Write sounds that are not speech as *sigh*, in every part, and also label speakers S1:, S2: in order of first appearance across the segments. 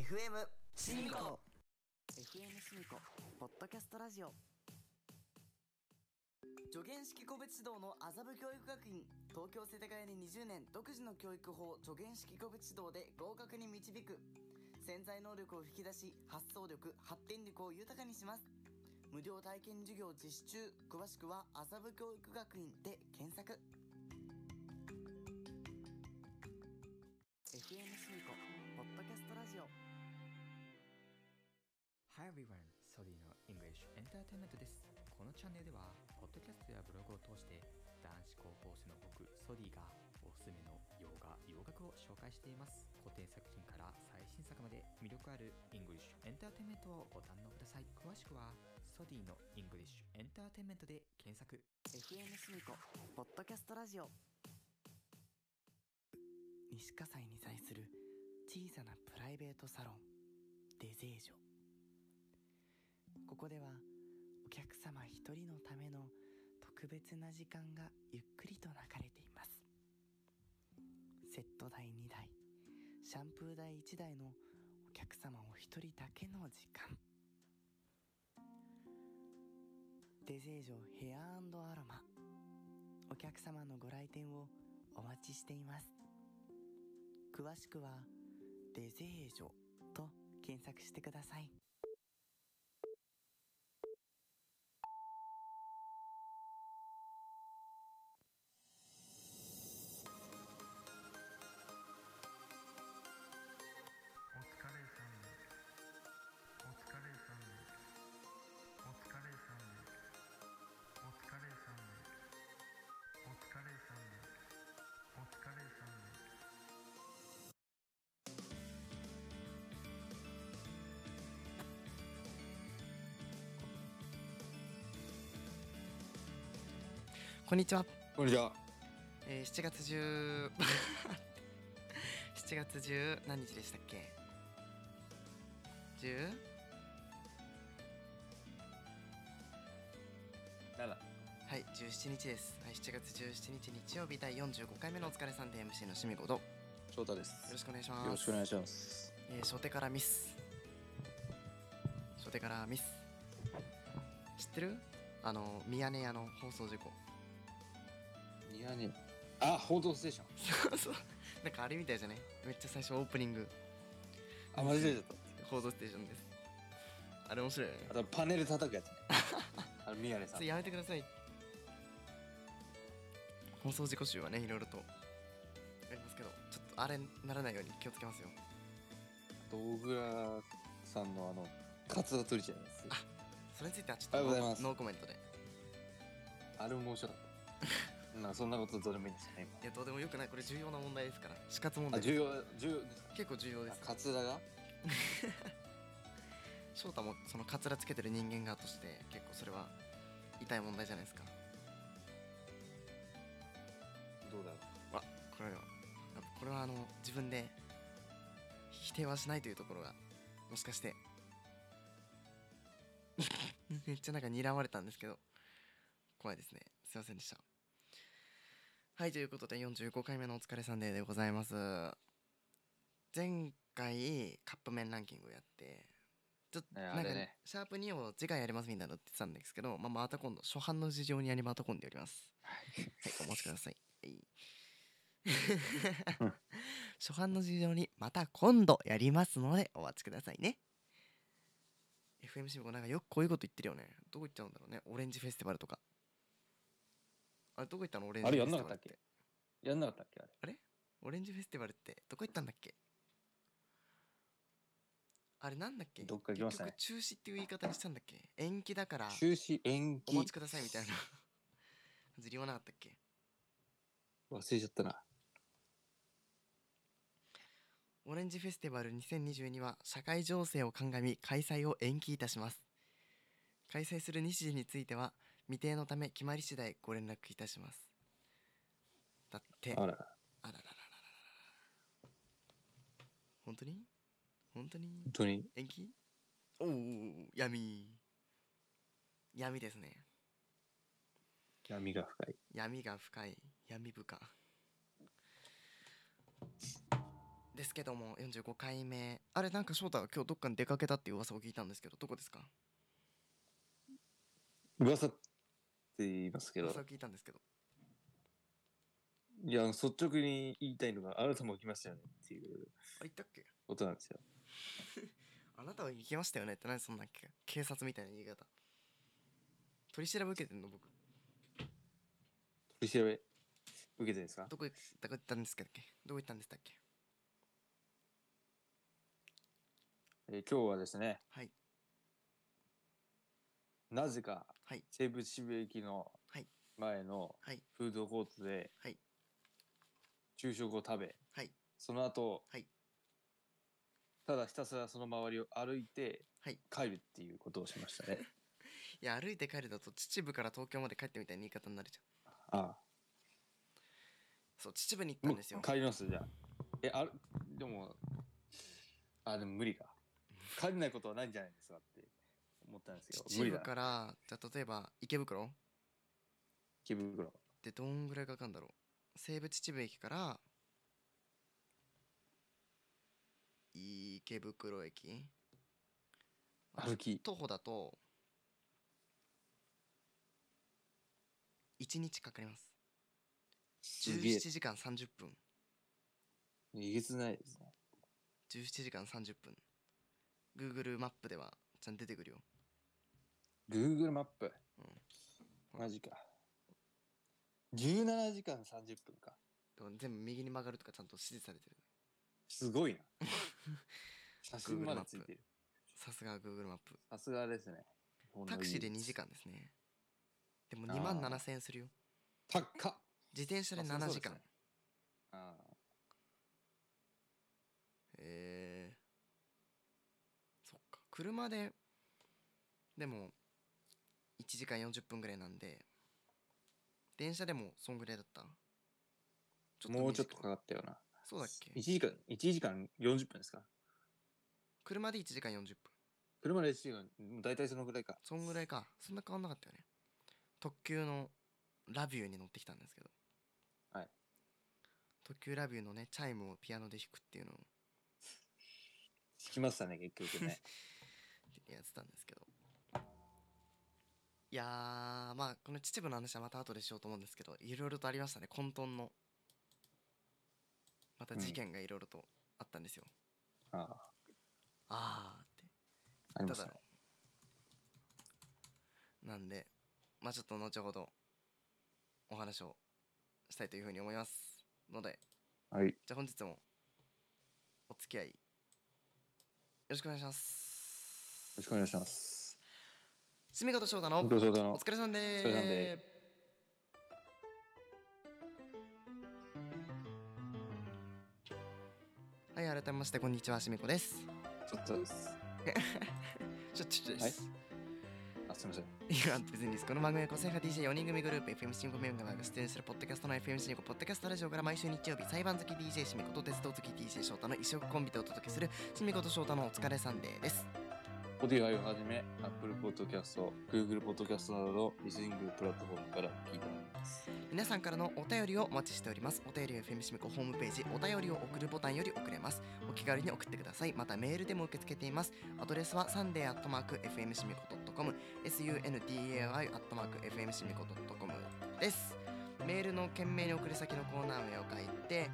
S1: FM シミコ
S2: FM シミコポッドキャストラジオ助言式個別指導の麻布教育学院東京世田谷に20年独自の教育法助言式個別指導で合格に導く潜在能力を引き出し発想力発展力を豊かにします無料体験授業実施中詳しくは麻布教育学院で検索 FM シミコポッドキャストラジオ
S3: Hi everyone! ソディの English Entertainment です。このチャンネルでは、ポッドキャストやブログを通して、男子高校生の僕、ソディがおすすめの洋画、洋楽を紹介しています。古典作品から最新作まで魅力ある English Entertainment をご堪能ください。詳しくは、ソディの English Entertainment で検索。
S2: FM シミコポッドキャストラジオ西葛西に在する小さなプライベートサロンデゼージョここではお客様一人のための特別な時間がゆっくりと流れていますセット代2台シャンプー代1台のお客様お一人だけの時間デゼージョヘアアロマお客様のご来店をお待ちしています詳しくは「デゼージョ」と検索してください
S4: お疲れさんです。お疲れさんです。お疲れさんです。お疲れさんです。お疲れさんです。お疲れさんです。
S2: こんにちは、
S5: こんにちは。
S2: えー、7月10 *laughs* 7月10何日でしたっけ 10?
S5: なら、
S2: はい17日です、はい、7月17日日曜日第45回目のお疲れさんで MC のしみごとよ
S5: 翔太です。
S2: ろしくお願いします
S5: よろしくお願いします。
S2: えー、初手からミス初手からミス知ってるあのミヤネ屋の放送事故 *laughs*
S5: ニヤニヤ。あ、報道ステーション。
S2: そうそうなんかあれみたいじゃないめっちゃ最初オープニング
S5: あ、間違えちゃった。
S2: 放送ステーションですあれ面白いよね
S5: あとパネル叩くやつね。あれ、ミヤネさ
S2: そ
S5: ん
S2: れ。やめてください放送事故集はねいろいろとありますけどちょっとあれならないように気をつけますよ
S5: 道具屋さんのあの、カツが取れちゃいます。
S2: それについてはちょっと
S5: ありがとうござい
S2: ノ
S5: ま
S2: ー
S5: す
S2: ノーコメントで
S5: あれも面白かった。なんかそんなことどうでもいいんですよね、
S2: いやどうでもよくないこれ重要な問題ですから死活問
S5: 今。あ、
S2: 題
S5: 重要、重要ですか。
S2: 結構重要で
S5: あ
S2: す
S5: カツラが
S2: 翔太もそのカツラつけてる人間側として結構それは痛い問題じゃないですか
S5: どうだろう。
S2: あこれはやっぱこれはあの自分で否定はしないというところがもしかして *laughs* めっちゃなんか睨まれたんですけど怖いですねすいませんでしたはいということで45回目のお疲れサンデーでございます前回カップ麺ランキングやってちょっと
S5: ね
S2: なんか、
S5: あれね
S2: シャープ2を次回やりますみたいなのって言ってたんですけど、まあ、また今度初版の事情にありまた今度やりますはい、お待ちください。はい、初版の事情にまた今度やりますのでお待ちくださいね。FMC もなんかよくこういうこと言ってるよね。どこ行っちゃうんだろうね。オレンジフェスティバルとか。あれどこ行ったのオレンジ
S5: あ
S2: フ
S5: れ
S2: ェス
S5: やん
S2: テ
S5: な
S2: ィ
S5: か
S2: バルっ
S5: ったってけ。やんなかったっけあれ。
S2: あれオレンジフェスティバルってどこ行ったんだっけあれなんだっけ
S5: どっか行きましたね
S2: 結局中止っていう言い方にしたんだっけ延期だから
S5: 中止、延
S2: お
S5: 期。
S2: 待ち
S5: 忘
S2: くださいみたいな *laughs* 感じで言わなかったっけ
S5: れちゃったな。
S2: オレンジフェスティバル2022は社会情勢を鑑み開催を延期いたします開催する日時については未定のため決まり次第ご連絡いたしますだって
S5: あら、
S2: あらららららら本当に本当に
S5: 本当に。
S2: 延期おうおうおう闇闇ですね
S5: 闇が深い。
S2: 闇が深い闇深ですけども45回目あれなんか翔太今日どっかに出かけたっていう噂を聞いたんですけどどこですか
S5: 噂って言いますけど
S2: 噂を聞いたんですけど
S5: いや率直に言いたいのがあなたも来ましたよねっていう
S2: あ行ったっけ
S5: ことなんですよ
S2: あなたは行きましたよねって何そんなけ警察みたいな言い方取り調べ受けてんの僕
S5: 取り調べ受けてるんですか
S2: どこ行った行ったんですけどっけどこ行ったんでしたっけ
S5: えー今日はですね
S2: はい
S5: なぜか
S2: はい
S5: 西武渋谷駅の
S2: はい
S5: 前の
S2: はい
S5: フードコートで
S2: はい
S5: 昼食を食べ、
S2: はい
S5: その後、
S2: はい
S5: ただひたすらその周りを歩いて
S2: はい
S5: 帰るっていうことをし
S2: *laughs*
S5: ましたね
S2: いや歩いて帰るだと秩父から東京まで帰ってみたいな言い方になるじゃん
S5: あ
S2: そう秩父に行っ
S5: あ
S2: た
S5: も
S2: ん
S5: う
S2: ですよ
S5: 帰りますじゃあえあるでもあでも無理か帰れないことはないんじゃないですかって思ったんですけど無
S2: 秩
S5: 理
S2: 父
S5: だ
S2: か
S5: な
S2: らじゃあ例えば池袋っ
S5: 池袋
S2: てどんぐらいかかるんだろう西武秩父駅から池袋駅
S5: 歩き
S2: 徒歩だと1日かかります
S5: すげえ
S2: 17時間30分
S5: えげつないですね
S2: 17時間30分 Google マップではちゃんと出てくるよ
S5: Google マップ、
S2: うん
S5: マジか17時間30分か
S2: でも全部右に曲がるとかちゃんと指示されてる
S5: すごいな
S2: *laughs*
S5: 写真までついてる
S2: さすが Google マップ
S5: さすがですね
S2: タクシーで2時間ですねでも
S5: あー
S2: 2万7000円するよ
S5: 高っ
S2: 自転車で
S5: まあ
S2: 7
S5: そう
S2: 時
S5: です
S2: 間、
S5: ねああ
S2: えー、そっか車ででも1時間40分ぐらいなんで電車でもそんぐらいだったち
S5: もうちょっと
S2: 短
S5: かかったよな
S2: くそうだっけ
S5: 1時間1時間40分ですか
S2: 車で1時間40分
S5: 車で1時間もう大体そのぐらいか
S2: そんぐらいかそんな変わんなかったよね特急のラビューに乗ってきたんですけど
S5: はい
S2: 特急ラビューのねチャイムをピアノで弾くっていうのを
S5: 着きましたね結
S2: *laughs*
S5: 局ね
S2: やってたんですけどいやーまあこの秩父の話はまた後でしようと思うんですけどいろいろとありましたね混沌のまた事件がいろいろとあったんですよ、
S5: ああ
S2: ああって
S5: ありました
S2: だ
S5: ね
S2: なんでまあちょっと後ほどお話をしたいというふうに思いますので
S5: はい
S2: じゃあ本日もお付き合いよろしくお願いします。。
S5: よろしくお願いします
S2: 住方翔太の
S5: 本当そうだな
S2: お疲れさんでー
S5: お疲れさんで
S2: はい、改めましてこんにちは、しみこです。
S5: ちょっとです
S2: ちょちょちょ
S5: はいあすみません
S2: いや、別にです。この番組は個性派 DJ4 人組グループ FMC5 メンバーが出演するポッドキャストの FMC5 ポッドキャストラジオから毎週日曜日、裁判好き DJ しみこと鉄道好き DJ 翔太の異色コンビでお届けするしみこと翔太のお疲れサンデーです。
S5: ポティファイをはじめ Apple Podcast Google Podcast などのリスニングプラットフォームから聞いてもらいます
S2: 皆さんからのお便りをお待ちしておりますお便りは FM しみこホームページお便りを送るボタンより送れますお気軽に送ってくださいまたメールでも受け付けていますアドレスはサンデーアットマーク FM しみこ .com sunday アットマーク FM しみこ .com ですメールの件名に送る先のコーナー名を書いて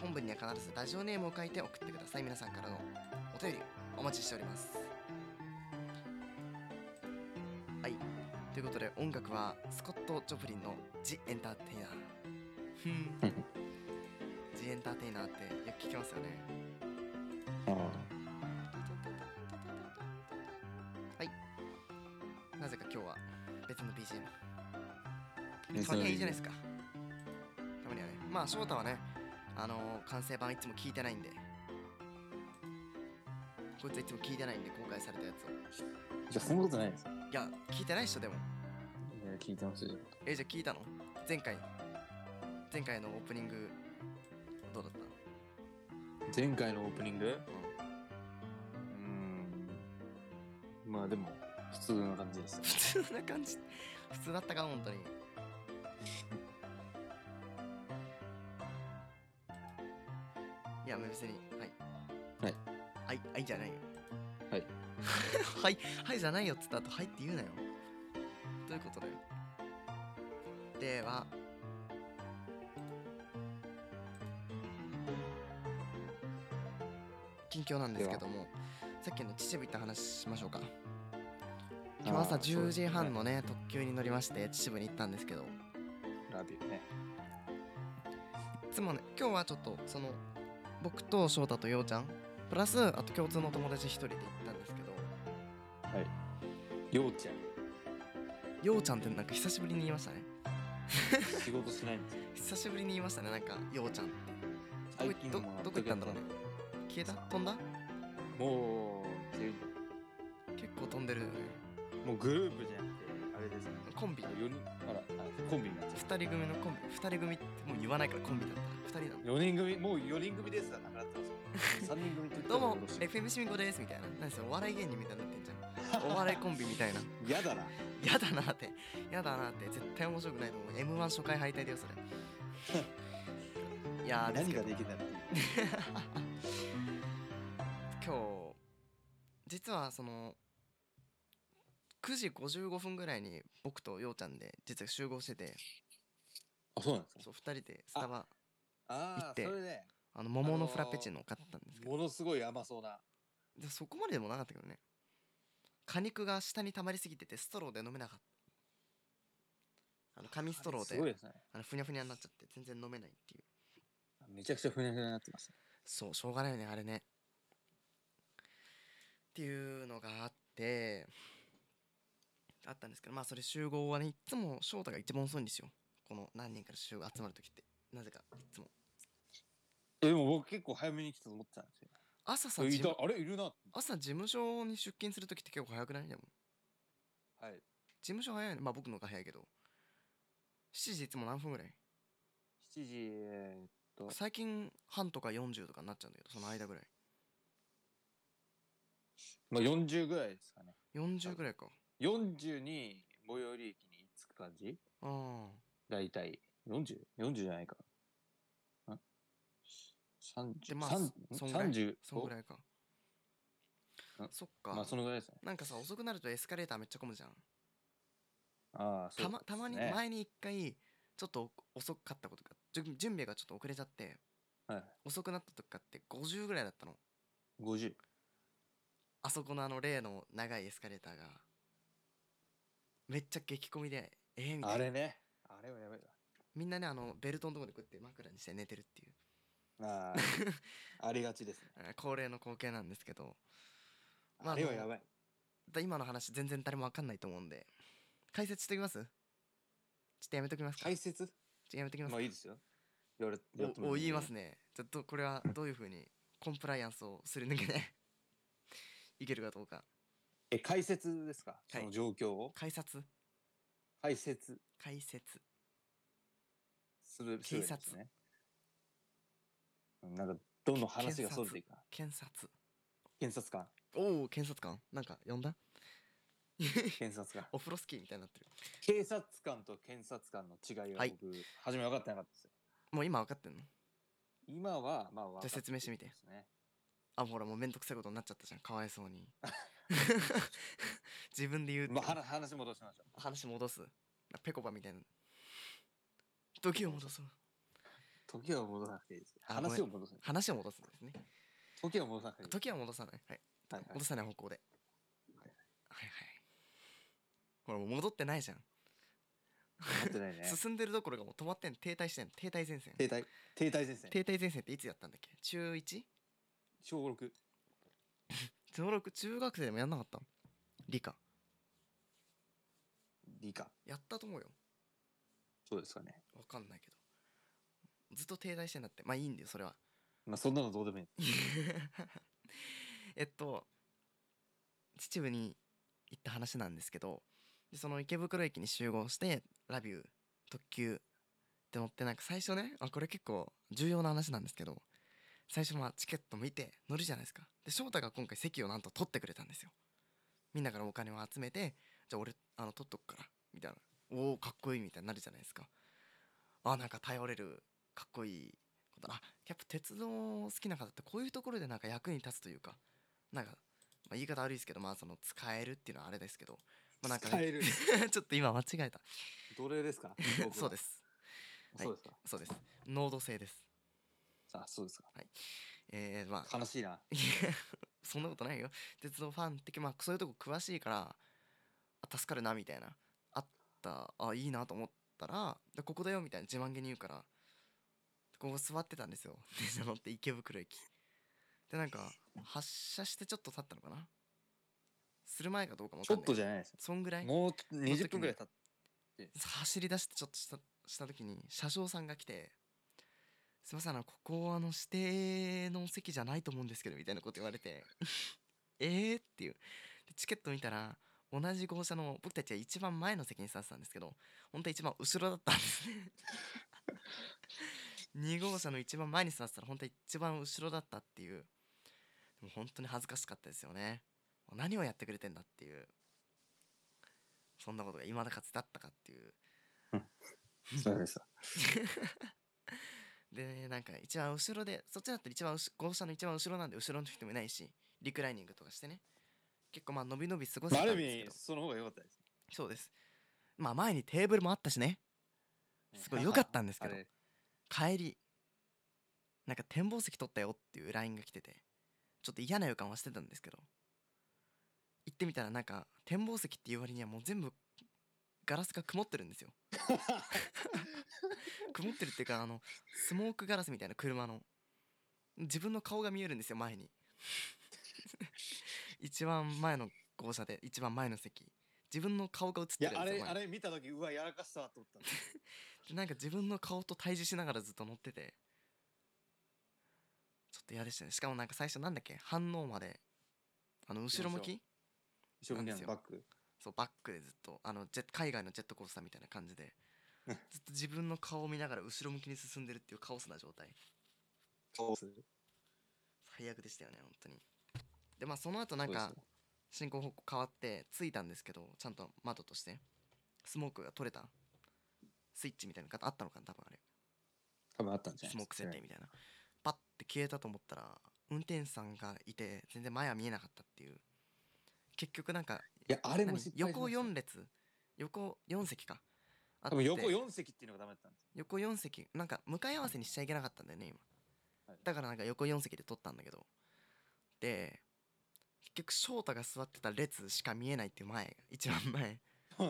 S2: 本文には必ずラジオネームを書いて送ってください皆さんからのお便りお待ちしておりますはいということで音楽はスコット・ジョプリンの「ジ・エンターテイナー」ふんジ・エンターテイナーってよく聞きますよね
S5: あ
S2: はいなぜか今日は別の BGM
S5: 別
S2: たま
S5: の
S2: にはいいじ
S5: BGM
S2: ゃないですかたまにはねまあ翔太はねあのー完成版いつも聞いてないんでこいつはいつも聞いてないんで公開されたやつを
S5: じゃあそんなことないですよ
S2: いや聞いてないっしょでも
S5: いや聞いてますよ
S2: えじゃあ聞いたの前回前回のオープニングどうだった
S5: 前回のオープニング
S2: うん
S5: うーんまあでも普通な感じです
S2: *laughs* 普通な感じ普通だったか本当にいや別に
S5: はい
S2: *laughs* はいはいじゃないよっつった後はいって言うなよどういうことだよでは近況なんですけどもさっきの秩父行った話しましょうか今日朝
S5: あーそう
S2: 10
S5: です
S2: 時
S5: ね
S2: 半のね特急に乗りまして秩父に行ったんですけど
S5: ラビューね
S2: いつもね今日はちょっとその僕と翔太と陽ちゃんプラスあと共通の友達一人で行ったんですけど
S5: ようちゃん
S2: 陽ちゃんってなんか久しぶりに言いましたね
S5: 仕事しないんですよ
S2: 久しぶりに言いましたねなんか陽ちゃんって
S5: 最近
S2: ど
S5: もう
S2: どこ行ったんだろうね消えた飛んだ
S5: もう全
S2: 結構飛んでるよね
S5: もうグループじゃなくてあれですね
S2: コンビ
S5: 4人あらあコンビになっちゃっ
S2: 2人組のコンビ2人組ってもう言わないからコンビだった2人なんだ
S5: た4人組もう4人組ですがなくなってます3人組と言って
S2: どうも
S5: よろしい
S2: FM シミコですみたいな何それお笑い芸人みたいになってんじゃんお笑いコンビみたいな
S5: 嫌だな
S2: やだなってやだなって絶対面白くないと思う m 1初回敗退だよそ
S5: *laughs*
S2: れいやーです
S5: 何
S2: け
S5: が
S2: ど
S5: できないの
S2: 今日実はその9時55分ぐらいに僕とようちゃんで実は集合してて
S5: あそうなんです
S2: そう2人でスタバ行
S5: あ
S2: っ
S5: あ
S2: て
S5: それね
S2: あの桃のフラペチーノを買ったんですけど、
S5: ものすごい甘そうな
S2: でそこまででもなかったけどね果肉が下に溜まりすぎててストローで飲めなかったあの紙ストロー
S5: あれすごい
S2: で
S5: ですね
S2: あのふにゃふにゃになっちゃって全然飲めないっていう
S5: めちゃくちゃふにゃふにゃになってます
S2: そうしょうがないよねあれねっていうのがあってあったんですけどまあそれ集合はねいっつも翔太が一番遅いんですよこの何人から集合集まる時ってなぜかいっつも
S5: えでも僕結構早めに来たと思ってたんですよ
S2: 朝さ
S5: えい
S2: 事
S5: た
S2: 務
S5: あれいるな
S2: 朝事務所に出勤する時って結構早くないでも
S5: はい
S2: 事務所早いねまあ僕の方が早いけど7時いつも何分ぐらい
S5: 7時えーっと
S2: 最近半とか40とかになっちゃうんだけどその間ぐらい
S5: まあ40ぐらいですかね
S2: 40ぐらいか
S5: 40に最寄り駅に着く感じ
S2: うん
S5: 大体 40?40 じゃないかん
S2: で
S5: ?30、
S2: まあ
S5: 三
S2: そん
S5: ん
S2: ぐらい
S5: 30
S2: そんぐらいか
S5: ん
S2: そっか、
S5: まあそのぐらいですね
S2: なんかさ遅くなるとエスカレーターめっちゃ混むじゃん
S5: ああそう
S2: たまたまに
S5: ですね
S2: 前に一回ちょっと遅かったことがじゅ準備がちょっと遅れちゃって
S5: はい
S2: 遅くなった時かって50ぐらいだったの
S5: 50
S2: あそこのあの例の長いエスカレーターがめっちゃ激混みでえー、みた
S5: あ
S2: いな
S5: れねあれはやばい
S2: みんなねあのベルトのとこでこうやって枕にして寝てるっていう
S5: な
S2: *laughs*
S5: あーありがちですね
S2: えー恒例の光景なんですけどまあ
S5: あれはやばい
S2: だ今の話全然誰もわかんないと思うんで解説しておきますちょっとやめときますかちょ
S5: 解
S2: っ
S5: 説
S2: とやめときます
S5: ま
S2: か
S5: あいいですよやるやっても
S2: おお
S5: いい
S2: 言いますねちょっとこれはどういうふうにコンプライアンスをすり抜けて *laughs* いけるかどうか
S5: え解説ですかその状況を
S2: 解説
S5: 解説
S2: 解説
S5: する
S2: 警察
S5: するんですねなんかどんどん話がそれていくな
S2: 検察
S5: 検察官
S2: おお検察官なんか呼んだ *laughs*
S5: 検察官
S2: オフロスキーみたいになってる
S5: 警察官と検察官の違いは
S2: はい
S5: 僕、初め分かってなかったですよ
S2: もう今分かってんの
S5: 今はまあ分かって
S2: じゃあ説明してみて
S5: ですね
S2: あほらもうめんどくさいことになっちゃったじゃんかわいそうに
S5: *laughs*
S2: 自分で言うって
S5: まあ話話戻しましょう
S2: 話戻すペコパみたいな時を戻そう
S5: 時は戻さなくていいです
S2: あ
S5: 話を戻さない
S2: 話を戻すんですね
S5: 時は戻さなくていい
S2: 時は戻さないはい
S5: はいはい
S2: 戻さない方向で
S5: は
S2: はいいはいほらもう戻ってないじゃん、
S5: 待ってないね
S2: 進んでるどころかもう止まってん停滞してん停滞前線
S5: 停滞停滞前線
S2: 停滞前線っていつやったんだっけ中 1?
S5: 小6
S2: 小6中学生でもやんなかった理科
S5: 理科
S2: やったと思うよ
S5: そうですかね
S2: わかんないけどずっと停滞してんだってまあいいんだよそれは *laughs*
S5: まあそんなのどうでもいい
S2: えっと秩父に行った話なんですけどでその池袋駅に集合してラビュー特急って乗ってなんか最初ねあこれ結構重要な話なんですけど最初まあチケット見て乗るじゃないですかで翔太が今回席をなんと取ってくれたんですよみんなからお金を集めてじゃあ俺あの取っとくからみたいなおおかっこいいみたいになるじゃないですかあなんか頼れるかっこいいことあやっぱ鉄道好きな方ってこういうところでなんか役に立つというかなんかまあ、言い方悪いですけどまあその使えるっていうのはあれですけど、まあ、なんか、
S5: 使
S2: ね、
S5: える。
S2: *laughs* ちょっと今間違えた
S5: 奴隷ですか。
S2: *laughs* そうですす
S5: そうですか。
S2: そうです濃度性です
S5: あ、そうですか。
S2: えー、まあ
S5: 悲しいな。
S2: いや *laughs* そんなことないよ鉄道ファンってまあそういうとこ詳しいからあ助かるなみたいなあったあいいなと思ったらでここだよみたいな自慢げに言うからここ座ってたんですよ *laughs* 電車乗って池袋駅でなんか発車してちょっと経ったのかなする前かどうかも
S5: ちょっとじ
S2: ゃ
S5: ゃないです。
S2: そんぐらい
S5: もう20分ぐらい経っ
S2: 走り出してちょっとしたした時に車掌さんが来て「すいませんあのここあの指定の席じゃないと思うんですけど」みたいなこと言われて *laughs* 「えー?」っていうでチケット見たら同じ号車の僕たちは一番前の席に座ってたんですけど本当は一番後ろだったんですね *laughs* 2号車の一番前に座ってたら本当は一番後ろだったっていうでも本当に恥ずかしかったですよね何をやってくれてんだっていうそんなことが未だかつてあったかっていう
S5: て。そうです。
S2: でねなんか一番後ろでそっちだったら一番後号車の一番後ろなんで後ろの人もいないしリクライニングとかしてね結構まあ伸び伸び過ごせ
S5: まあ
S2: た
S5: あ
S2: ん
S5: る
S2: で
S5: 意
S2: すけ
S5: 味
S2: ど、
S5: その方が良かったです。
S2: そうですまあ前にテーブルもあったしねすごい良かったんですけど
S5: あれ
S2: 帰りなんか展望席取ったよっていう LINE が来ててちょっと嫌な予感はしてたんですけど行ってみたらなんか展望席っていう割にはもう全部ガラスが曇ってるんです
S5: *laughs*
S2: よ曇ってるっていうかあのスモークガラスみたいな車の自分の顔が見えるんですよ前に *laughs* 一番前の号車で一番前の席自分の顔が映っ
S5: い
S2: てる
S5: や
S2: ん、ですよ前
S5: あれ、あれ見たとき、うわ、やらかしたと思ったんです。
S2: でなんか自分の顔と対峙しながらずっと乗っててちょっと嫌でしたねしかもなんか最初なんだっけ反応まであの後ろ向き
S5: 一緒に
S2: なんですよ
S5: バック。
S2: そうバックでずっとあのジェット海外のジェットコースターみたいな感じでずっと自分の顔を見ながら後ろ向きに進んでるっていうカオスな状態
S5: そうですね。
S2: 最悪でしたよね本当にでまあその後なんか進行方向変わって着いたんですけどちゃんと窓としてスモークが取れたスイッチみたいなのがあったのかな多分あれ
S5: 多分あったんじゃない
S2: スモーク設定
S5: ね
S2: みたいなパッて消えたと思ったら運転手さんがいて全然前は見えなかったっていう結局なんか
S5: いや、あれも
S2: 何
S5: 失敗しまし
S2: 横
S5: た
S2: 4列横4席かあっ
S5: 多
S2: て
S5: 分横4席っていうのがダメだったんですよ。
S2: 横4席なんか向かい合わせにしちゃいけなかったんだよね今
S5: はい
S2: だからなんか横4席で撮ったんだけどで結局翔太が座ってた列しか見えないっていう前が一番
S5: *laughs*
S2: 前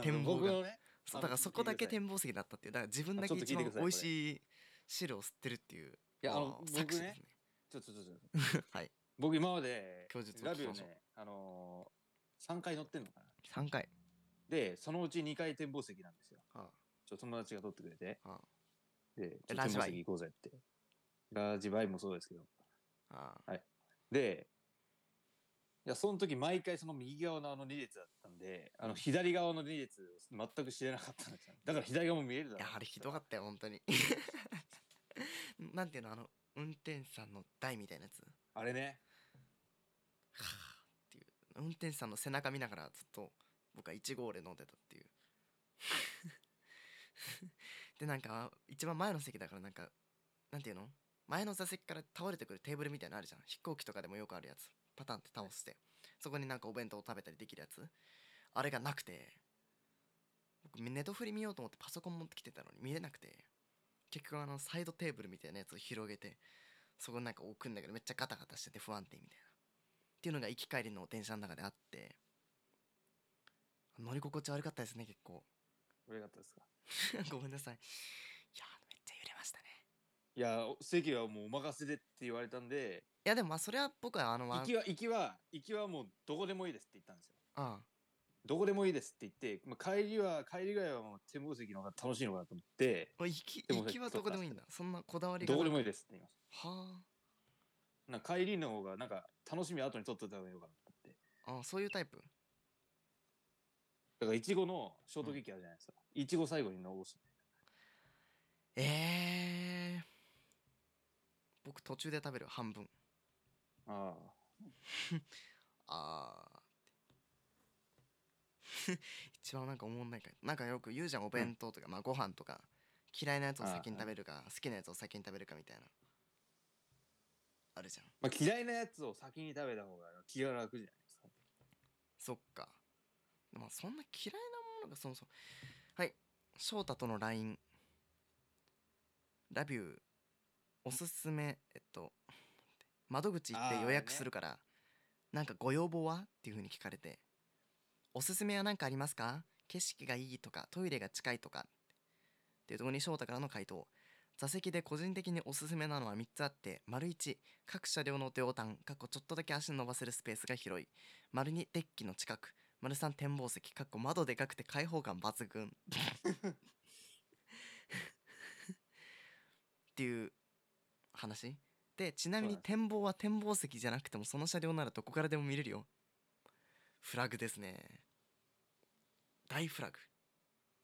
S2: 展望が
S5: 僕のね、
S2: そう
S5: あ
S2: だからそこだけ
S5: 聞いてください
S2: 展望席だったっていうだから自分だ
S5: ち
S2: け
S5: ょっと聞
S2: 一
S5: いて
S2: 番
S5: ください
S2: 美味
S5: これ
S2: しい汁を吸ってるっていう
S5: いや、あの
S2: わ、あ
S5: 僕
S2: 搾取で
S5: ね
S2: す、
S5: ちょっとちょっとちょっと、
S2: ね *laughs* はい
S5: 僕今まで
S2: 供述を
S5: ラ
S2: 聞
S5: ビ
S2: き
S5: を
S2: ましょう
S5: ね、あのー、3回乗ってんのかな。
S2: 3回
S5: で、そのうち2回展望席なんですよ。
S2: ああ
S5: ちょ友達が取ってくれて、
S2: あ
S5: で、
S2: え
S5: ちょっと展望
S2: ラジバイ
S5: 席行こうぜって。ラジバイもそうですけど。
S2: ああ
S5: で、いや、その時毎回その右側のあの2列だったんで、あの左側の2列を全く知れなかったんですよ。だから左側も見えるだ
S2: い
S5: ろ
S2: や
S5: う。
S2: あれひどかったよ本当 *laughs* になんていうのあの運転手さんの台みたいなやつは
S5: あれね。
S2: あっていう運転手さんの背中見ながらずっと僕は1号で飲んでたっていうでなんか一番前の席だからなんかなんていうの前の座席から倒れてくるテーブルみたいなのあるじゃん飛行機とかでもよくあるやつパタンって倒してそこになんかお弁当を食べたりできるやつあれがなくて僕ネトフリ見ようと思ってパソコン持ってきてたのに見れなくて結局あのサイドテーブルみたいなやつを広げてそこになんか置くんだけどめっちゃガタガタしてて不安定みたいなっていうのが行き帰りの電車の中であって乗り心地悪かったですね結構 *laughs*
S5: 悪かったですか。
S2: ごめんなさいいやめっちゃ揺れましたね
S5: いや、席はもうお任せでって言われたんで、
S2: いやでもまあそれは僕はあの
S5: 行きは、行きは、行きはもうどこでもいいですって言ったんですよ。
S2: あ
S5: どこでもいいですって言って、まあ、帰りは、帰りぐらいはもう展望席の方が楽しいのかなと思って、
S2: あ行き
S5: でも
S2: 行きはどこでもいいんだそんなこだわりが
S5: どこでも
S2: いい
S5: いいですって言いまし
S2: は
S5: た。なんか帰りの方が、なんか楽しみ後に取っといた方がいいのかなと思って。
S2: ああそういうタイプ
S5: だから、いちごのショートケーキあるじゃないですか。いちご最後に残す。
S2: ええ僕途中で食べる半分
S5: ああ。
S2: ああ *laughs* 一番なんか思んないかなんかよく言うじゃんお弁当とか、まあご飯とか嫌いなやつを先に食べるか好きなやつを先に食べるかみたいなあるじゃん
S5: まあ、嫌いなやつを先に食べた方が気が楽じゃないですか。
S2: そっかまあそんな嫌いなものがそもそもはい翔太との LINE ラビューおすすめえっと窓口行って予約するから、なんかご要望はっていうふうに聞かれておすすめは何かありますか景色がいいとかトイレが近いとかっていうところに翔太からの回答座席で個人的におすすめなのは3つあって丸1各車両の両端かっこちょっとだけ足伸ばせるスペースが広い丸2デッキの近く丸3展望席かっこ窓でかくて開放感抜群っていう話でちなみに
S5: そうなんで
S2: 展望は展望席じゃなくてもその車両ならどこからでも見れるよフラグですね大フラグ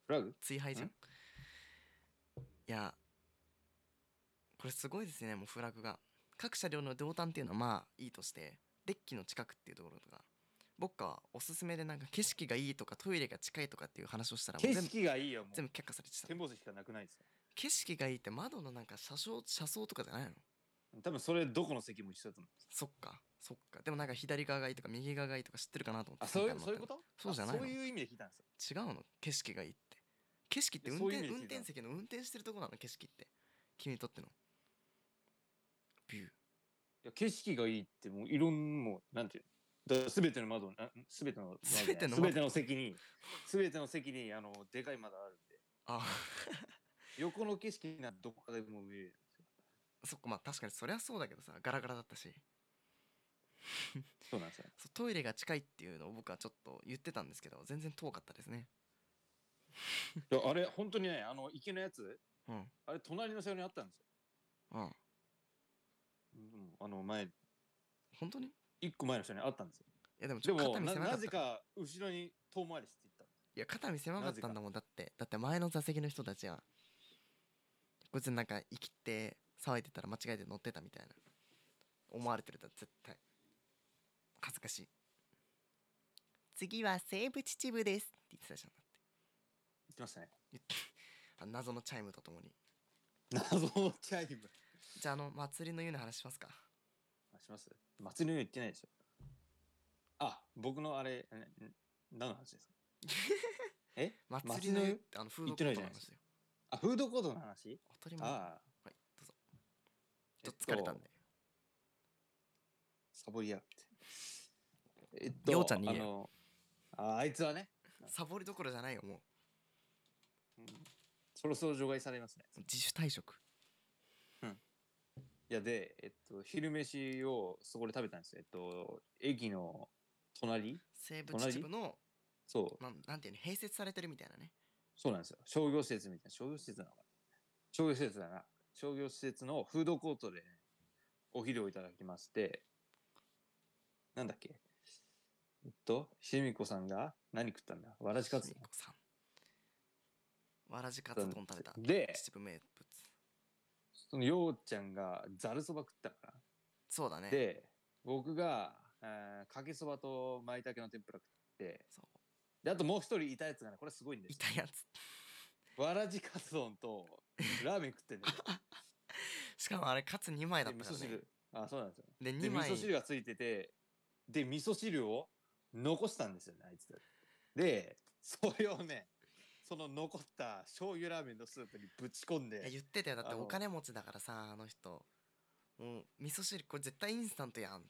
S5: フラグ
S2: 追廃じゃん
S5: ん
S2: いやこれすごいですねもうフラグが各車両の同端っていうのはまあいいとしてデッキの近くっていうところとか僕はおすすめでなんか景色がいいとかトイレが近いとかっていう話をしたらもう
S5: 景
S2: 全部
S5: 色がいいよも
S2: 全
S5: う
S2: 部却下されてた
S5: 展望席がなくないですよ
S2: 景色がいいって窓のなんか車窓車窓とかじゃないの
S5: 多分それどこの席も一緒だと思う
S2: そっかそっかでもなんか左側がいいとか右側がいいとか知ってるかなと思って
S5: あそう
S2: 聞
S5: いう
S2: た
S5: そういう
S2: の
S5: こと
S2: そうじゃない
S5: あ
S2: の
S5: そういう意味で聞いたんですよ
S2: 違うの景色がいいって景色って
S5: いや
S2: 運
S5: そういう
S2: 転
S5: 意味
S2: 運
S5: で聞いた
S2: 転席の運転してるとこなの景色って君にとってのビュー
S5: いや景色がいいってもういろんもうなんていうのだから全ての窓な全ての窓じゃない
S2: 全ての窓
S5: 全ての席に全ての席にあのでかい窓あるんで
S2: あ *laughs*
S5: 横の景色なんてどこからでも見える
S2: そっかまあ確かにそりゃそうだけどさガラガラだったし
S5: そうなんですよ
S2: そうトイレが近いっていうのを僕はちょっと言ってたんですけど全然遠かったですね
S5: いやあれ本当にねあの池のやつ
S2: うん
S5: あれ隣の車両にあったんですよ、
S2: うん
S5: うん、あの前
S2: 本当にい
S5: 一個前の車両にあったんですよ
S2: やでもち
S5: で
S2: ょっと
S5: も
S2: 肩身
S5: な
S2: 狭かった
S5: なぜか後ろに遠回りしていった
S2: いや肩身狭か
S5: な
S2: っ
S5: ぜ
S2: た
S5: か
S2: んだもんだってだって前の座席の人たちはこいつなんか生きて騒いでたら間違えて乗ってたみたいな思われてるだ絶対恥ずかしい次は西部秩父ですって言ってたじゃんだ
S5: 行きましたね
S2: ってあの謎のチャイムとともに
S5: 謎のチャイム
S2: じゃああの祭りの湯の話しますか
S5: *laughs* あします祭りの湯行ってないでしょあ僕のあれんん何の話で
S2: *laughs*
S5: すかえ
S2: 祭りの湯っ
S5: 湯
S2: てあのフードコートの
S5: 行ってない
S2: 話
S5: じ
S2: だよ
S5: あフードコートの話
S2: 当たり前は
S5: ああ
S2: いどうぞちょっと疲れたんで、
S5: サボりやがってえっと
S2: ようちゃん逃
S5: あ
S2: げよ
S5: のああいつはね、
S2: サボりどころじゃないよも
S5: うんそろそろ除外されますね
S2: う自主退職
S5: いやで、えっと、昼飯をそこで食べたんですよ。えっと、駅の隣
S2: 西部秩父の
S5: そう、
S2: なんなんていうの併設されてるみたいなね
S5: そうなんですよ。商業施設みたいな。商業施設なのかな商業施設だな。商業施設のフードコートで、お昼をいただきまして、なんだっけえっと、ひみこさんが何食ったんだわらじかつ丼
S2: みこさんわらじかつ丼食べた
S5: で、
S2: 秩父名物
S5: そのようちゃんがざるそば食ったから。
S2: そうだね
S5: で、僕が、えーかけそばと舞茸の天ぷら食って、
S2: そう
S5: で、あともう一人いたやつがね、これすごいんです
S2: い
S5: よ
S2: たやつ *laughs*
S5: わらじカツ丼とラーメン食って
S2: *laughs*
S5: んだよ。
S2: しかもあれカツ2枚だっ
S5: で
S2: た
S5: 味
S2: から
S5: 噌
S2: ね
S5: 汁。あ、そうなんですよ。
S2: で
S5: で、
S2: 2
S5: 味
S2: 枚
S5: 噌汁がついてて、で、味噌汁を残したんですよね、あいつ。で、それをね、その残った醤油ラーメンのスープにぶち込ん
S2: いや
S5: で、
S2: 言ってたよだって
S5: あの
S2: お金持ちだからさあの人もう味噌汁これ絶対インスタントやんい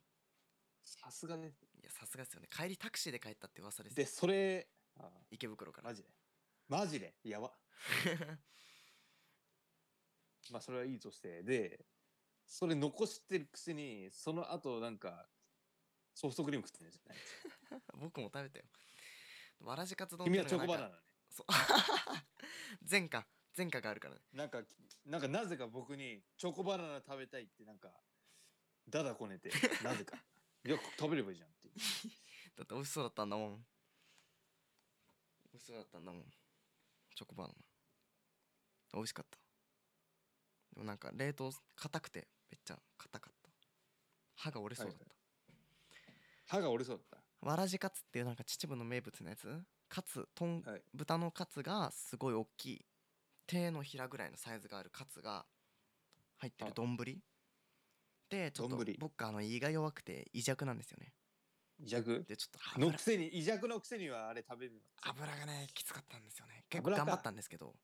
S5: さすがね。
S2: やさすがですよね帰りタクシーで帰ったって噂ですよ
S5: で、それ、あ
S2: 池袋から
S5: マジで。マジで、やば。まあ、それはいいとして、で、それ残してるくせに、その後なんか、ソフトクリーム食ってるんですよね。
S2: *laughs* 僕も食べたよわらじかつ丼
S5: 君は
S2: って
S5: チ
S2: の
S5: ョ
S2: が
S5: コ
S2: な
S5: バ
S2: ん
S5: ナ
S2: か
S5: ナね。
S2: そう *laughs* 前科前科があるからね
S5: なんか、なんかなぜか僕にチョコバナナ食べたいってなんか、だだこねて、
S2: *laughs*
S5: なぜか。いや、食べればいいじゃんっていう。
S2: だって美味しそうだったんだもん美味しそうだったんだもんチョコバナナ美味しかったでもなんか冷凍硬くてめっちゃ硬かった歯が折れそうだった、
S5: は歯が折れそうだっ
S2: わらじカツっていうなんか秩父の名物のやつカツとん、
S5: はい
S2: 豚のカツがすごい大きい手のひらぐらいのサイズがあるカツが入ってる
S5: はい
S2: 丼でちょっと
S5: 丼
S2: 僕あの胃が弱くて胃弱なんですよね
S5: 胃弱
S2: でちょっと
S5: の
S2: 油
S5: くせに、胃弱のくせにはあれ食べるの。
S2: 油がねきつかったんですよね結構
S5: 油か
S2: 頑張ったんですけど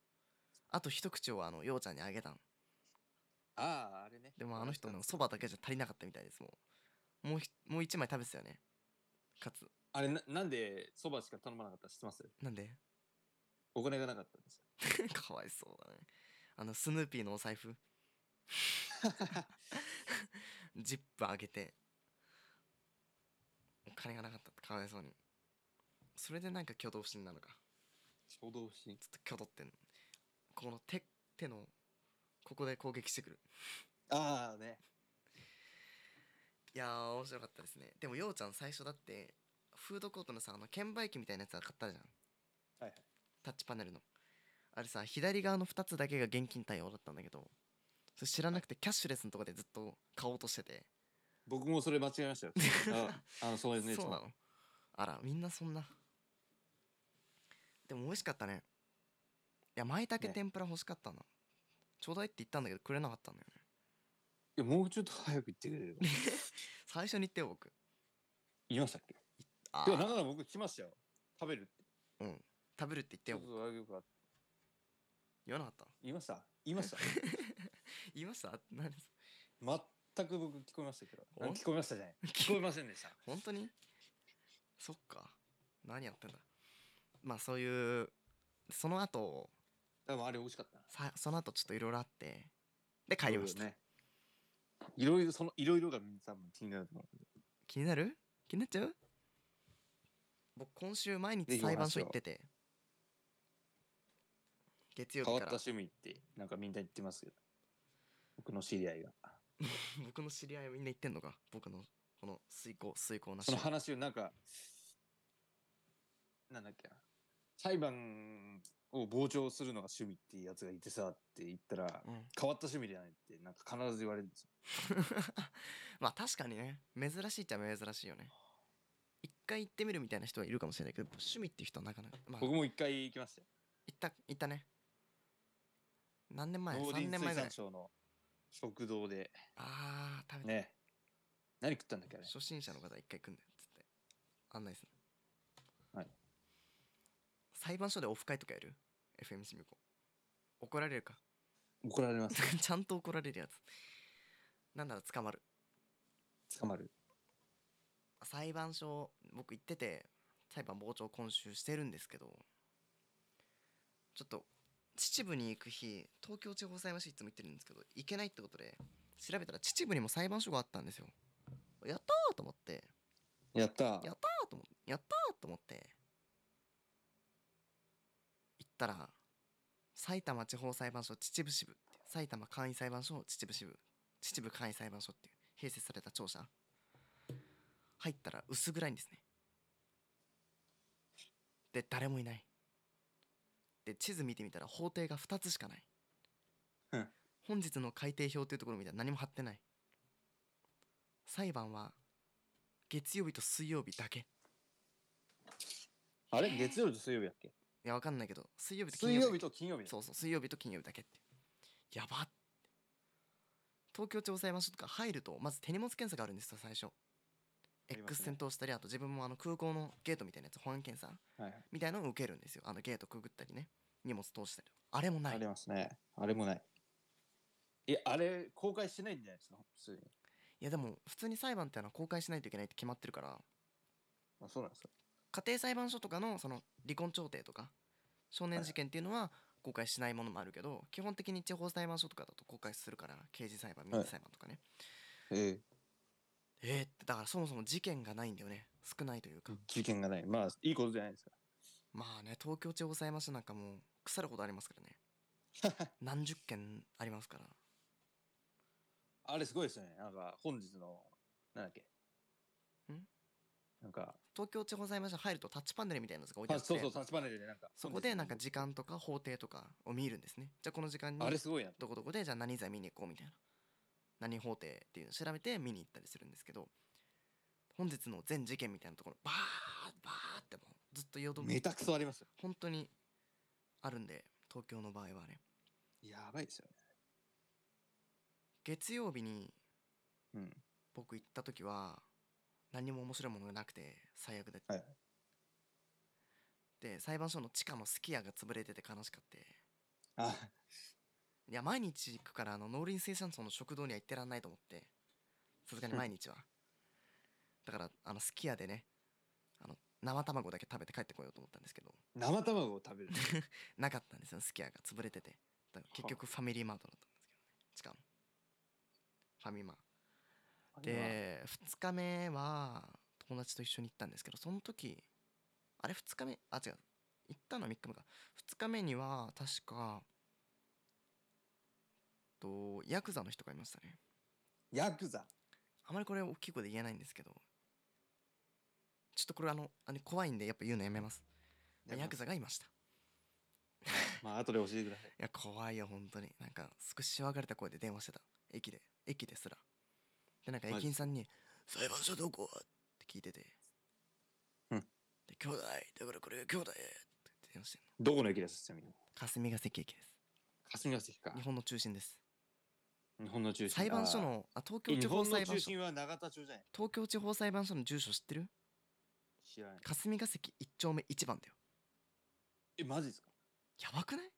S2: あと一口をあのようちゃんにあげたの
S5: ああ、あれね。
S2: でもあの人のそばだけじゃ足りなかったみたいですもうもうひもう一枚食べてたよねかつ
S5: あれな、なんでそばしか頼まなかったか知ってます
S2: なんで *laughs*
S5: お金がなかったんですよ。
S2: かわいそうだねあのスヌーピーのお財
S5: *laughs*
S2: 布ジップあげてお金がなかったってかわいそうにそれでなんか挙動不審なのか
S5: 衝動不審。
S2: ちょっと挙動ってんここの手手のここで攻撃してくる
S5: ああね。
S2: いやー面白かったですねでもようちゃん最初だってフードコートのさあの券売機みたいなやつは買ったじゃん
S5: はいはい。
S2: タッチパネルのあれさ左側の2つだけが現金対応だったんだけどそれ知らなくてキャッシュレスのとこでずっと買おうとしてて
S5: 僕もそれ間違え
S2: *laughs*
S5: ましたよ。ああの、そうですね。
S2: そうなのあらみんなそんなでも美味しかったねいや舞茸
S5: ね
S2: 天ぷら欲しかったな、ちょうだいって言ったんだけどくれなかったんだよね
S5: いやもうちょっと早く言ってくれる *laughs*
S2: 最初に言ってよ僕
S5: 言いましたっけ
S2: あ
S5: いや、
S2: ー
S5: なんなら僕来ましたよ。食べるって。
S2: 食べるって言って
S5: ちょ
S2: よ
S5: っとあげようか。
S2: 言わなかった *laughs*
S5: 言いました言いました
S2: 言いました *laughs* 何
S5: 全く僕聞こえましたけど。
S2: お
S5: 聞こえましたじゃ *laughs* ない。聞こえませんでした。
S2: 本当にそっか何やってんだまあそういうその後
S5: でもあれ美味しかったな。
S2: さその後ちょっといろいろあってで帰りました、
S5: ね。いろいろ、その、いろいろが多分気になると思う。
S2: 気になる気になっちゃう僕今週毎
S5: ぜ
S2: 日
S5: ひお話
S2: 裁
S5: を
S2: 判所行ってて月曜
S5: 変
S2: 日
S5: わっ
S2: か
S5: た
S2: ら
S5: 趣味って、なんかみんな言ってますけど。僕の知り合いが。
S2: 僕の知り合いみんな行ってんのか僕のこの遂行遂行なし
S5: その話をなんか、なんだっけな。裁判を傍聴するのが趣味っていうやつがいてさって言ったら、
S2: うん、 *laughs*
S5: 変わった趣味じゃないって、なんか必ず言われるんですよ。
S2: まあ確かにね珍しいっちゃ珍しいよね一回行ってみるみたいな人はいるかもしれないけど趣味っていう人はなかなか、まあ、
S5: 僕も一回行きましたよ。
S2: 行った行ったね何年前
S5: 農林
S2: 3年前
S5: 水
S2: ぐらい
S5: 産省の食堂で、
S2: ああ食べて、
S5: ね。何食ったんだっけあれ。
S2: 初心者の方一回来んだよっつって案内する
S5: はい
S2: 裁判所でオフ会とかやる FM シミコ怒られるか *laughs*
S5: 怒られます。
S2: ちゃんと怒られるやつなんなら捕まる
S5: 捕まる。
S2: 裁判所僕行ってて裁判傍聴今週してるんですけどちょっと秩父に行く日東京地方裁判所いつも行ってるんですけど行けないってことで調べたら秩父にも裁判所があったんですよやったーと思って
S5: やった
S2: やったーと思ってやったーと思って行ったら埼玉地方裁判所秩父支部っていう埼玉簡易裁判所秩父支部秩父簡易裁判所っていう併設された庁舎入ったら薄暗いんですねで誰もいないで地図見てみたら法廷が2つしかない、
S5: うん
S2: 本日の改定表というところ見たら何も貼ってない裁判は月曜日と水曜日だけい
S5: あれ月曜日と水曜日だっけ
S2: やわかんないけど水曜日と金
S5: 水
S2: 曜日
S5: 曜日と金曜日だ
S2: そうそう水曜日と金曜日だけってやばっ東京地方裁判所とか入るとまず手荷物検査があるんですよ最初
S5: りますね
S2: X 戦闘したりあと自分もあの空港のゲートみたいなやつ保安検査
S5: はいはい。
S2: みたいなのを受けるんですよあのゲートくぐったりね荷物通したりあれもな
S5: あ
S2: い
S5: りますね。あれもない。いや、あれ、公開してないんじゃないですか普通に。
S2: いやでも普通に裁判っていうのは公開しないといけないって決まってるから
S5: あ、そうなんですか
S2: 家庭裁判所とかのその離婚調停とか少年事件っていうのは公開しないものもあるけど基本的に地方裁判所とかだと公開するから刑事裁判民事裁判とかね
S5: ええ
S2: えーってだからそもそも事件がないんだよね少ないというか、
S5: 事件がない。まあ、いいことじゃないですか。
S2: まあね東京地方裁判所なんかもう腐るほどありますから
S5: *laughs*
S2: ね何十件ありますから
S5: あれすごいですよね。なんか、本日の、なんだっけ。
S2: ん
S5: なんか、
S2: 東京地方裁判所入るとタッチパネルみたいなやつが置いてあ
S5: あ
S2: って
S5: そうそう、タッチパネルでなんか。
S2: そこでなんか
S5: 本日
S2: 時間とか法廷とかを見るんですねじゃあこの時間に
S5: のあれすごいな。
S2: どこどこでじゃあ何罪見に行こうみたいな何法廷っていうのを調べて見に行ったりするんですけど本日の全事件みたいなところバーバーってもうずっとよど
S5: めたくそありますよ。
S2: 本当にあるんで東京の場合はね
S5: やばいですよね。
S2: 月曜日に
S5: うん。
S2: 僕行った時は何にも面白いものがなくて最悪で、
S5: はい
S2: で裁判所の地下のすき家が潰れてて悲しかって
S5: あ
S2: いや毎日行くからあの農林水産省の食堂には行ってらんないと思ってさすがに毎日はだからあのすき家でねあの生卵だけ食べて帰ってこようと思ったんですけど
S5: 生卵を
S2: *laughs*
S5: 食べる
S2: なかったんですよすき家が潰れててだから結局ファミリーマートだったんですけどねしかもファミマで2日目は友達と一緒に行ったんですけどその時あれ2日目あ違う行ったのは3日目か2日目には確かとヤクザの人がいましたね
S5: ヤクザ
S2: あまりこれ大きい声で言えないんですけどちょっとこれあのあの怖いんでやっぱ言うのやめますまあヤクザがいました
S5: まあ後で教えてください
S2: いや怖いよ本当になんか少ししわがれた声で電話してた駅で駅ですらでなんか
S5: マ
S2: 駅
S5: ジ
S2: 員さんに「裁判所どこ?」って聞いてて「
S5: うん
S2: で兄弟だからこれが兄弟」って電話してんの
S5: どこの駅ですちなみに
S2: 霞ヶ関駅です
S5: 霞ヶ関か
S2: 日本の中心です
S5: 日本の中心
S2: 裁判所
S5: あ
S2: のあ東
S5: ー
S2: 京
S5: 日
S2: 地方
S5: 本の
S2: 裁
S5: 中
S2: 判所
S5: 心は永田町じゃない
S2: 東京地方裁判所の住所知ってる
S5: 知らない
S2: 霞ヶ関一丁目一番だよ
S5: えマジですか
S2: やばくない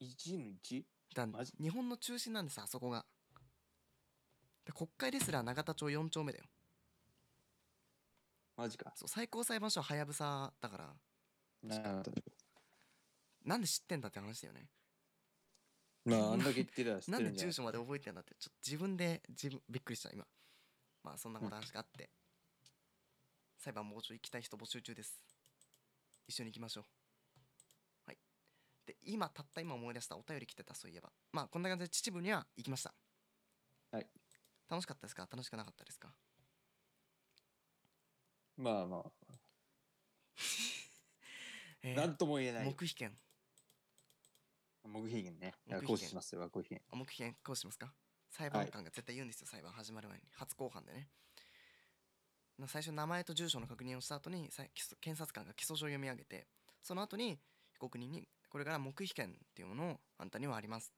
S5: 1の 1?
S2: だ
S5: マジ
S2: 日本の中心なんですあそこがで国会ですら永田町4丁目だよ
S5: マジか
S2: そう最高裁判所ははやぶさだから
S5: な
S2: なんで知ってんだって話だよね。
S5: まああんだけ言ってりゃ知っ
S2: *laughs*
S5: て
S2: なん
S5: る
S2: で
S5: んじゃ
S2: 住
S5: ない
S2: 所まで覚えてんだって、ちょっと自分で、自分、びっくりした、今。まあ、そんなこと話があって。裁判傍聴行きたい人募集中です。一緒に行きましょう。はい。で、今、たった今思い出した、お便り来てた、そういえば。まあ、こんな感じで秩父には行きました。
S5: はい。
S2: 楽しかったですか楽しくなかったですか
S5: まあまあ
S2: えー
S5: なんとも言えない
S2: 黙秘権。
S5: 黙秘権ね
S2: 黙秘権
S5: 行使しますよ黙秘権
S2: あ黙秘権、こうしますか裁判官が絶対言うんですよ、裁判始まる前に。初公判でね。な最初名前と住所の確認をした後にさい起訴検察官が起訴状を読み上げてその後に被告人にこれから黙秘権っていうものをあんたにはあります、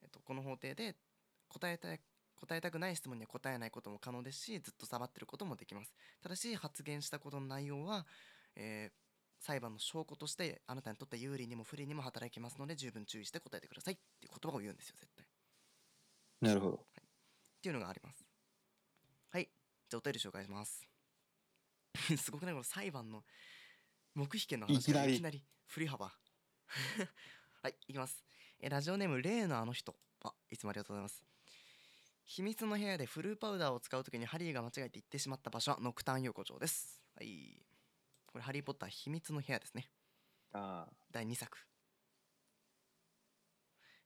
S2: えっと、この法廷で答えたい答えたくない質問には答えないことも可能ですしずっとさばってることもできますただし発言したことの内容は、えー裁判の証拠としてあなたにとって有利にも不利にも働きますので十分注意して答えてくださいっていう言葉を言うんですよ絶対
S5: なるほど
S2: っていうのがありますはいじゃあお便り紹介します *laughs* すごくないこの裁判の黙秘権の話から
S5: いきなり
S2: いきなり振り幅 *laughs* はいいきますえラジオネーム例のあの人あいつもありがとうございます秘密の部屋でフルーパウダーを使うときにハリーが間違えて行ってしまった場所はノクターン横丁ですはいこれハリー・ポッター秘密の部屋ですね
S5: ああ
S2: 第2作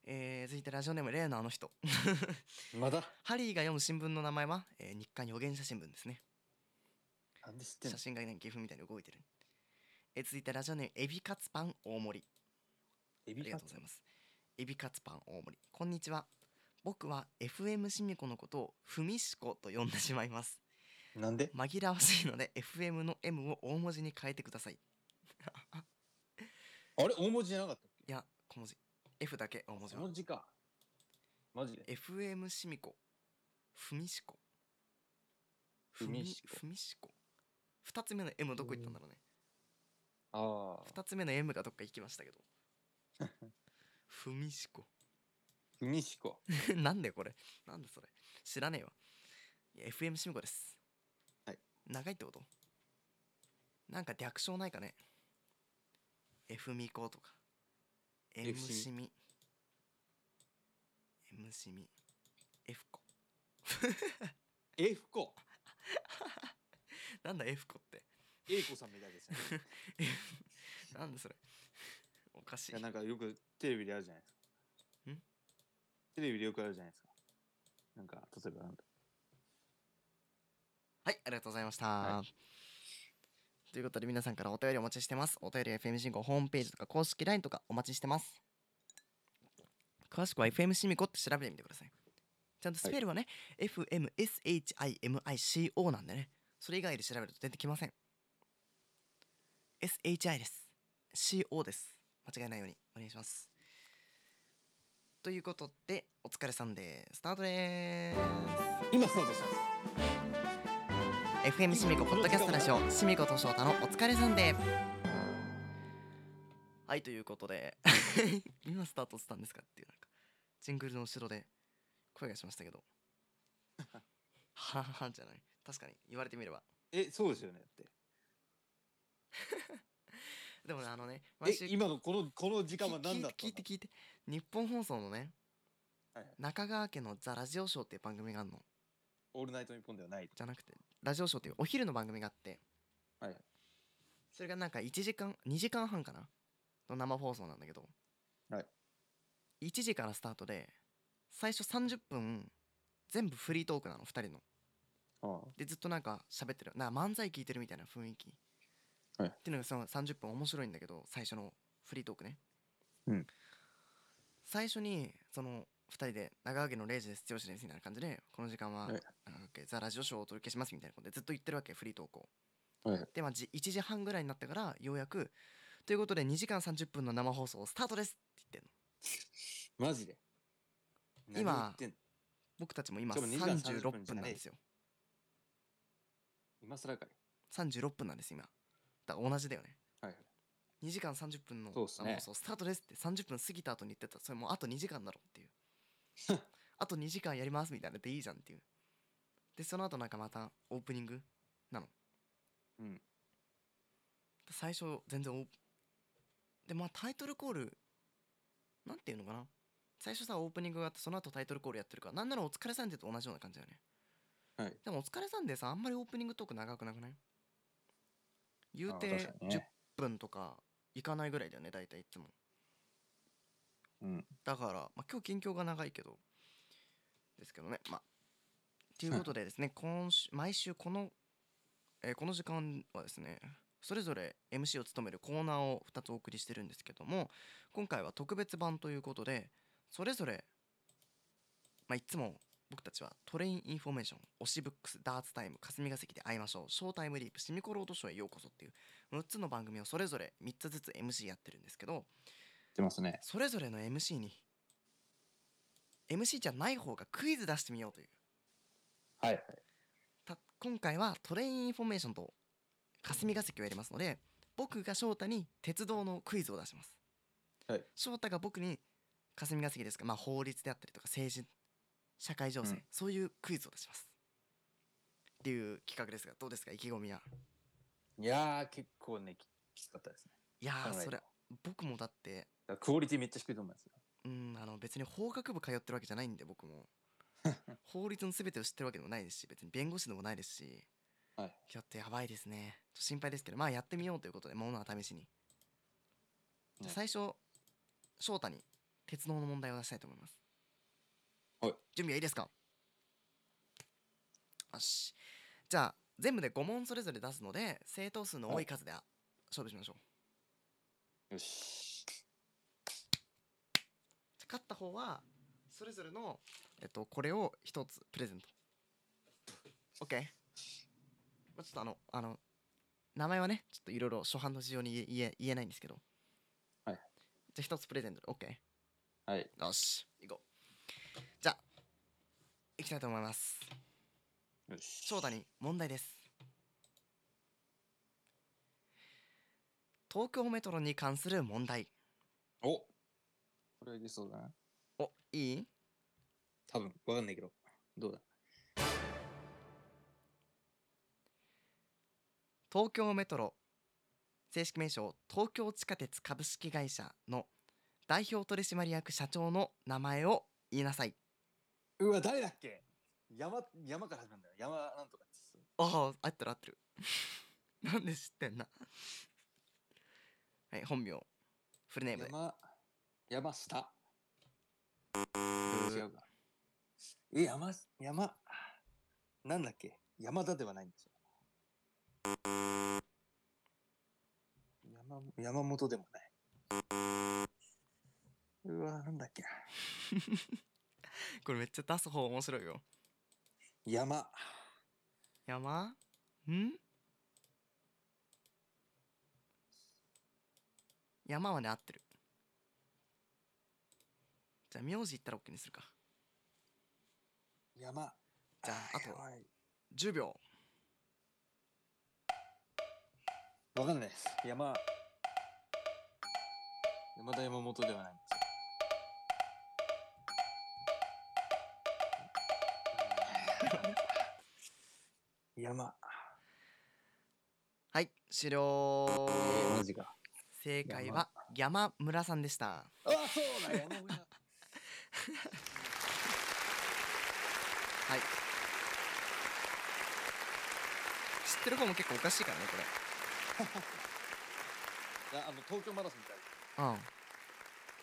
S2: えー、続いてラジオネーム例のあの人
S5: まだ
S2: ハリーが読む新聞の名前は、えー日刊予言者新聞ですね。
S5: なんで知ってんの
S2: 写真がね、岐阜みたいに動いてる。えー続いてラジオネーム、エビカツパン大盛り。
S5: エ
S2: あ
S5: ビ
S2: り
S5: カ
S2: がとうご
S5: ツ
S2: ざいます。エビカツパン大盛り。こんにちは。僕は FM シミコのことをふみしこと呼んでしまいます。
S5: なんで
S2: 紛らわしいので FM の M を大文字に変えてください。い
S5: あれ大文字じゃなかったっ
S2: や、小文字。F だけ大文
S5: け
S2: 字
S5: 小
S2: は
S5: 文。字かマジで
S2: FM シミコ。ふみしこ。
S5: ふみしこ
S2: ふみしこ。二つ目の M どこ行ったんだろうね。
S5: ああ
S2: 2つ目の M がどっか行きましたけど
S5: *laughs*
S2: ふみしこ *laughs*
S5: ふみしこ
S2: なんでこれなんでそれ知らねえわいや FM しみこです
S5: はい
S2: 長いってことなんか略称ないかね F みことか M
S5: F
S2: し
S5: シ
S2: み M しみ F こ
S5: エフコ
S2: なんだ F こって *laughs*
S5: エイコさんみたいですよね
S2: なんでそれおかし
S5: い
S2: い
S5: やなんかよくテレビであるじゃないですか
S2: ん
S5: テレビでよくあるじゃないですかなんか例えばなんだ
S2: はい、ありがとうございました。
S5: は
S2: ということで皆さんからお便りお待ちしてます。お便りは FM 信号ホームページとか公式 LINE とかお待ちしてます。詳しくは FM シミコって調べてみてください。ちゃんとスペルはね、FMSHIMICO なんでね、それ以外で調べると出てきません。SHI です。CO です。間違えないようにお願いします。ということで、お疲れさんでーすスタートでーす。
S5: 今スタートしたんですか
S2: FM シミコポッドキャストラジオシミコと翔太のお疲れさんではいということで *laughs* 今スタートしたんですかっていうなんかジングルの後ろで声がしましたけどはははんじゃない確かに言われてみれば
S5: え、そうですよね。だって
S2: でもねあのね
S5: え、今のこの、この時間は何だった
S2: 聞
S5: の
S2: いて聞いて聞いて日本放送のね、
S5: はい
S2: 中川家の「ザ・ラジオショー」っていう番組があるの
S5: オールナイトニッポンではない。
S2: じゃなくてラジオショーっていうお昼の番組があって、
S5: はい
S2: それがなんか1時間2時間半かなの生放送なんだけど、
S5: はい
S2: 1時からスタートで最初30分全部フリートークなの2人の
S5: あ
S2: でずっとなんか喋ってるなんか漫才聞いてるみたいな雰囲気、
S5: はい
S2: っていうのがその30分面白いんだけど最初のフリートークね、
S5: うん
S2: 最初にその2人で「長揚げの0時です剛です」みたいな感じでこの時間は「
S5: はい
S2: 長揚げザ・ラジオショー」をお届けしますみたいなことでずっと言ってるわけフリートークを、
S5: はい
S2: でまあじ1時半ぐらいになってからようやく「ということで2時間30分の生放送スタートです」って言ってんの
S5: マジで。
S2: 今
S5: 何言ってんの
S2: 僕たちも今
S5: しかも2時間
S2: 36分
S5: 36分じゃ
S2: な
S5: ねえ
S2: んですよ
S5: 今更かい。
S2: 36分なんです今だから同じだよね
S5: はい
S2: 2時間30分の
S5: そうっす
S2: 生
S5: ね
S2: 放送スタートですって30分過ぎた後に言ってたらそれもうあと2時間だろ
S5: *laughs*
S2: っていうあと2時間やりますみたいなのでいいじゃんっていうでその後なんかまたオープニングなの
S5: うん
S2: 最初全然オープでまあタイトルコールなんていうのかな最初さオープニングがあってその後タイトルコールやってるからなんならお疲れさんでと同じような感じだよね
S5: はい
S2: でもお疲れさんでさあんまりオープニングトーク長くなくない言うて
S5: あー確かに
S2: 10
S5: ね
S2: 分とかいかないぐらいだよね大体いつも
S5: うん。
S2: だから、まあ、今日近況が長いけどですけどねまあということでですね今週毎週この、えーこの時間はですねそれぞれ MC を務めるコーナーを2つお送りしてるんですけども今回は特別版ということでそれぞれ、まあ、いつも僕たちはトレインインフォメーション推しブックスダーツタイム霞が関で会いましょうショータイムリープシミコロードショーへようこそっていう6つの番組をそれぞれ3つずつ MC やってるんですけど
S5: 出ますね。
S2: それぞれの MC に MC じゃない方がクイズ出してみようという
S5: はいはい。
S2: た今回はトレインインフォメーションと霞が関をやりますので僕が翔太に鉄道のクイズを出します、
S5: はい
S2: 翔太が僕に霞が関ですか、まあ、法律であったりとか政治社会情勢、
S5: うん
S2: そういうクイズを出しますっていう企画ですがどうですか意気込みはい
S5: やー、結構ね、ききつかったですね。
S2: いやー
S5: 考え
S2: それ
S5: だか
S2: 僕もだって
S5: らクオリティめっちゃ低いと思いますよ。
S2: うんあの別に法学部通ってるわけじゃないんで僕
S5: *laughs*
S2: も法律の全てを知ってるわけでもないですし別に弁護士でもないですし、
S5: はい
S2: ちょっとやばいですねちょっと心配ですけどまあやってみようということでものは試しに、じゃあ
S5: うん
S2: 最初翔太に鉄道の問題を出したいと思います
S5: はい
S2: 準備はいいですかよしじゃあ全部で5問それぞれ出すので正答数の多い数であ勝負しましょう
S5: よし。
S2: じゃあ勝った方はそれぞれの、えっと、これを一つプレゼント OK まあちょっとあのあの名前はねちょっといろいろ初版の事情に言え言え言えないんですけどじ
S5: はい
S2: ゃあ一つプレゼントで OK
S5: はい
S2: よし行こうじゃあいきたいと思います
S5: よし。
S2: 翔太に問題です東京メトロに関する問題
S5: おこれはいけそうだな。
S2: おいい
S5: 多分、わかんないけど。どうだ
S2: 東京メトロ正式名称東京地下鉄株式会社の代表取締役社長の名前を言いなさいう
S5: わ、誰だっけ山、山から始まるんだよ。山なんとかです。
S2: ああ合ってる合ってる *laughs* なんで知ってんなはい本名フルネームで
S5: 山、山下。違うか。え、山、山、なんだっけ山田ではないんですよ。山、山本でもない。うわ、なんだっけな。
S2: これめっちゃ出す方面白いよ
S5: 山。
S2: 山ん山はね合ってるじゃあ名字言ったら OK にするか
S5: 山。
S2: じゃああと
S5: やばい
S2: 10秒
S5: わかんないです。山、山田山本ではないんですよ。 *laughs* 山。
S2: はい終了
S5: マジか。
S2: 正解は山村さんでした
S5: あ、そうだ、山村。
S2: はい知ってる方も結構おかしいからねこ
S5: い *laughs* やあの東京マラソンみたい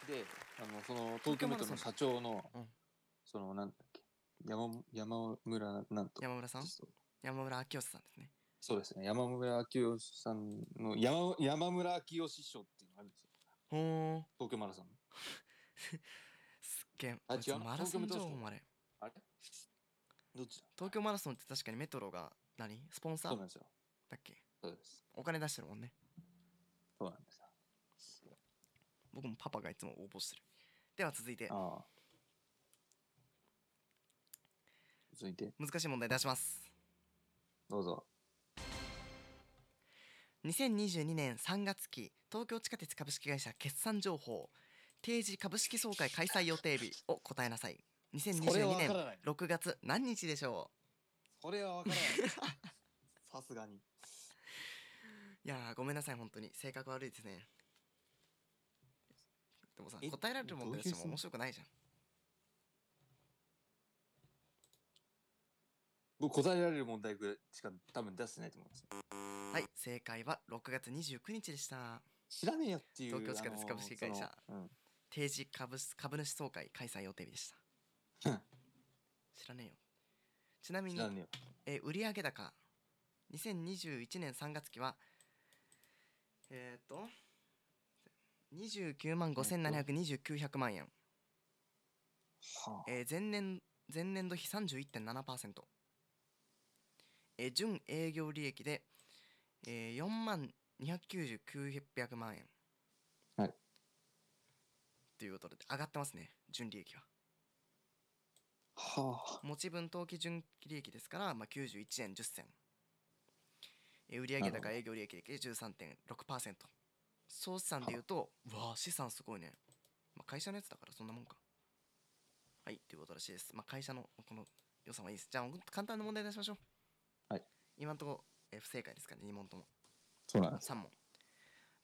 S2: れうん
S5: であのその東京メトロの社長の、
S2: うん
S5: そのなんだっけ山山村なんと
S2: 山村さん山村明夫さんですね
S5: そうですね山村明義さんの山山村明義賞っていうのがあるんですよ
S2: ほーん
S5: 東京マラソンの
S2: すっげえ
S5: あ
S2: こいつ
S5: 違うの
S2: マラソン情
S5: 東京メトロ
S2: 報まで
S5: あれどっちだ
S2: 東京マラソンって確かにメトロが何スポンサ
S5: そ
S2: ー
S5: う
S2: だっ
S5: なんですよ
S2: け
S5: そうです
S2: お金出してるもんね
S5: そうなんですよ
S2: 僕もパパがいつも応募してるでは続いて
S5: ああ続いて
S2: 難しい問題出します
S5: どうぞ
S2: 2022年3月期東京地下鉄株式会社決算情報定時株式総会開催予定日を答えなさい
S5: これは
S2: 2022
S5: 分か
S2: 年
S5: らない
S2: 6月何日でしょ
S5: これは分 *laughs* からないさすがに
S2: ういやーごめんなさい本当に性格悪いですねでもさ
S5: え
S2: 答えられる問題だ
S5: どうい
S2: し
S5: う
S2: もう
S5: 質問
S2: 面白くないじゃん
S5: 僕答えられる問題ぐらいしか多分出してないと思います
S2: はい、正解は6月29日でした。
S5: 知らねえよっていう
S2: 東京地下鉄株式会社
S5: あの
S2: 定時株式株主総会開催予定日でした。
S5: その
S2: 知らねえよ。ちな
S5: う
S2: み
S5: ん、知
S2: に
S5: ら、ね
S2: えー売上高2021年3月期はえっ、ー、と29万5729万円、
S5: えよ、はあ
S2: えー前年前年度比31.7%、えー純営業利益で、えー、4万29900万円
S5: はい
S2: ということで上がってますね純利益は
S5: はあ
S2: 持ち分当期純利益ですから、まあ、91円10銭えー売上
S5: なるほ
S2: 高
S5: ど
S2: 営業利益で13.6%総資産でいうとうわあ資産すごいね、まあ、会社のやつだからそんなもんかはいということらしいです、まあ、会社のこの予算はいいですじゃあ簡単な問題出しましょう
S5: はい
S2: 今のところ、えー不正解ですからね2問とも
S5: そうなんです
S2: 3問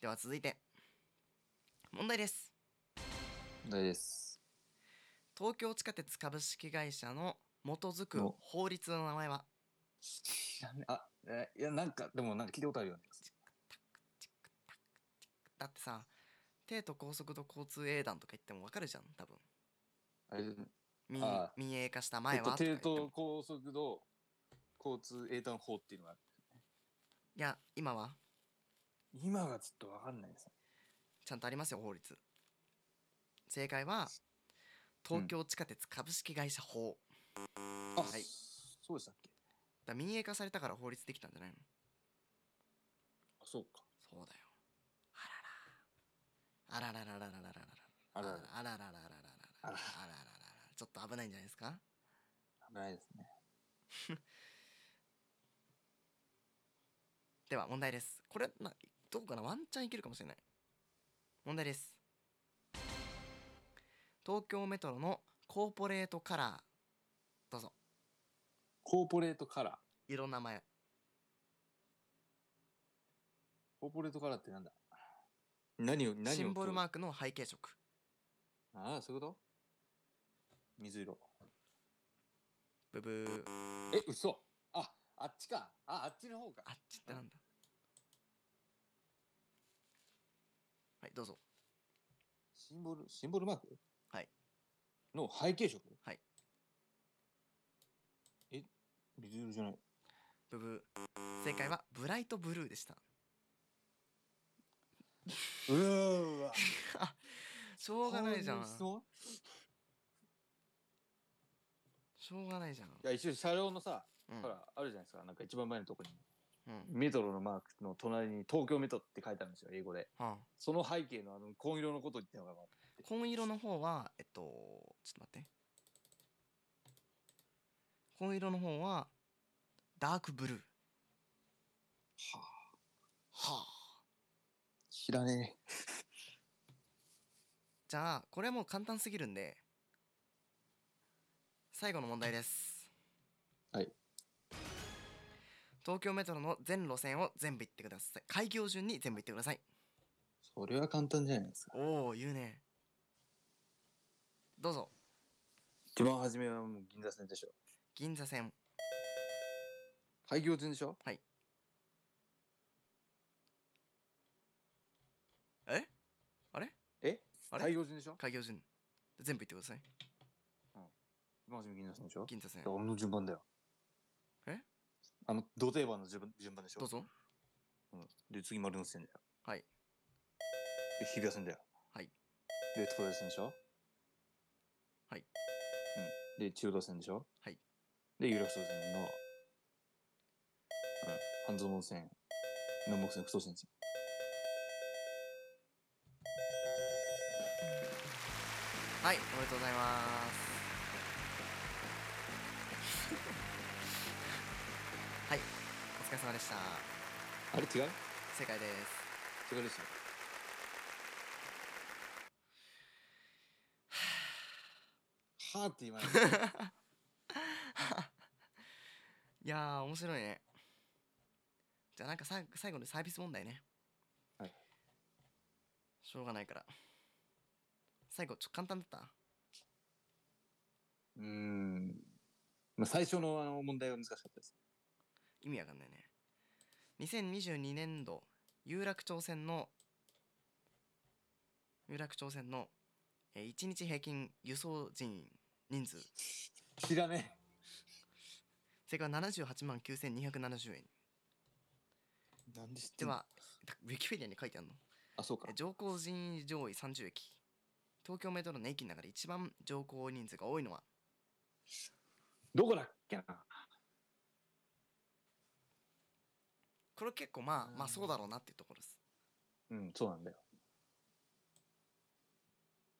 S2: では続いて問題です
S5: 問題です
S2: 東京地下鉄株式会社の基づく
S5: お
S2: 法律の名前は
S5: 知らねえあえいやなんかでもなんか聞いたことあるよね
S2: だってさ帝都高速道交通営団とか言ってもわかるじゃん多分
S5: あれ
S2: 民
S5: ああ
S2: 民営化した
S5: え
S2: 前
S5: っ
S2: は
S5: と
S2: とか言
S5: 低
S2: っても
S5: 等高速道交通英単法っていうのがある
S2: いや今は
S5: 今がちょっとわかんないです
S2: ちゃんとありますよ法律正解は東京地下鉄株式会社法、
S5: あ、
S2: はい
S5: そうでしたっけ
S2: だから民営化されたから法律できたんじゃないの
S5: あそうか
S2: そうだよあららあらららららららら
S5: あらら
S2: あらららららららあら
S5: あら
S2: らららちょっと危ないんじゃないですか
S5: 危ないですね
S2: では問題ですこれなどうかなワンチャンいけるかもしれない問題です東京メトロのコーポレートカラーどうぞ
S5: コーポレートカラー
S2: 色名前
S5: コーポレートカラーってなんだ何を何を
S2: シンボルマ
S5: ー
S2: ークの背景色
S5: ああそういうこと水色
S2: ブブー
S5: え嘘ああっちかああっちの方か
S2: あっちってなんだはいどうぞ
S5: シンボルシンボルマーク
S2: はい
S5: の背景色
S2: はい
S5: え水色じゃない
S2: ブブー正解はブライトブルーでした
S5: うーわ
S2: しょうがないじゃん
S5: こうう質問
S2: しょうがないじゃん
S5: いや一応車両のさ
S2: うん
S5: ほらあるじゃないですかなんか一番前のとこに
S2: うん
S5: メトロのマークの隣に東京メトロって書いてあるんですよ英語で
S2: はあ
S5: その背景のあの紺色のことを言ってるのが
S2: 紺色の方はえっとちょっと待って紺色の方はダークブルーはあはあ
S5: 知らね
S2: じゃあこれはもう簡単すぎるんで最後の問題です
S5: はい
S2: 東京メトロの全路線を全部言ってください開業順に全部言ってください
S5: え。それは簡単じゃないですか。
S2: おお言うねどうぞ
S5: 一番初めはもう銀座線でしょ。
S2: 銀座線
S5: 開業順でしょ
S2: え
S5: え
S2: あれ
S5: 開業順でしょ
S2: 開業順全部言ってください
S5: 一番初め銀座線でしょ
S2: 銀座線
S5: いや俺の順番だよ。
S2: え
S5: あの、土定番の順番順番でしょ
S2: どう。ぞ
S5: うんで、次丸の内線だよ。
S2: はい
S5: で、日比谷線だよ。
S2: はい。
S5: で、東洋線でしょ
S2: はい。
S5: うん。で、中央道線でしょ
S2: はい。
S5: で、有楽町線の、うん、半蔵門線、南北線、不動線ですよ
S2: はいおめでとうございます *laughs* はいお疲れ様でした
S5: あれ違う
S2: 正解です
S5: 違うでしょはぁって言わ *laughs* ない。
S2: いやー面白いねじゃあなんかさ最後にサービス問題ね
S5: はい
S2: しょうがないから最後ちょ簡単だった
S5: うーん。まあ、最初のあの問題は難しかったです。
S2: 意味わかんないね2022年度有楽町線の有楽町線の、えー、1日平均輸送人員人数
S5: 知らねえ。
S2: 正解は78万9270円
S5: なんで知って
S2: で
S5: んの
S2: は、ウィキペディアに書いてあるの
S5: あ、そうか
S2: え。乗降人員上位30駅東京メトロの駅の中で一番乗降人数が多いのは
S5: どこだっけな
S2: これ結構まあまあそうだろうなっていうところです
S5: うん、そうなんだよ。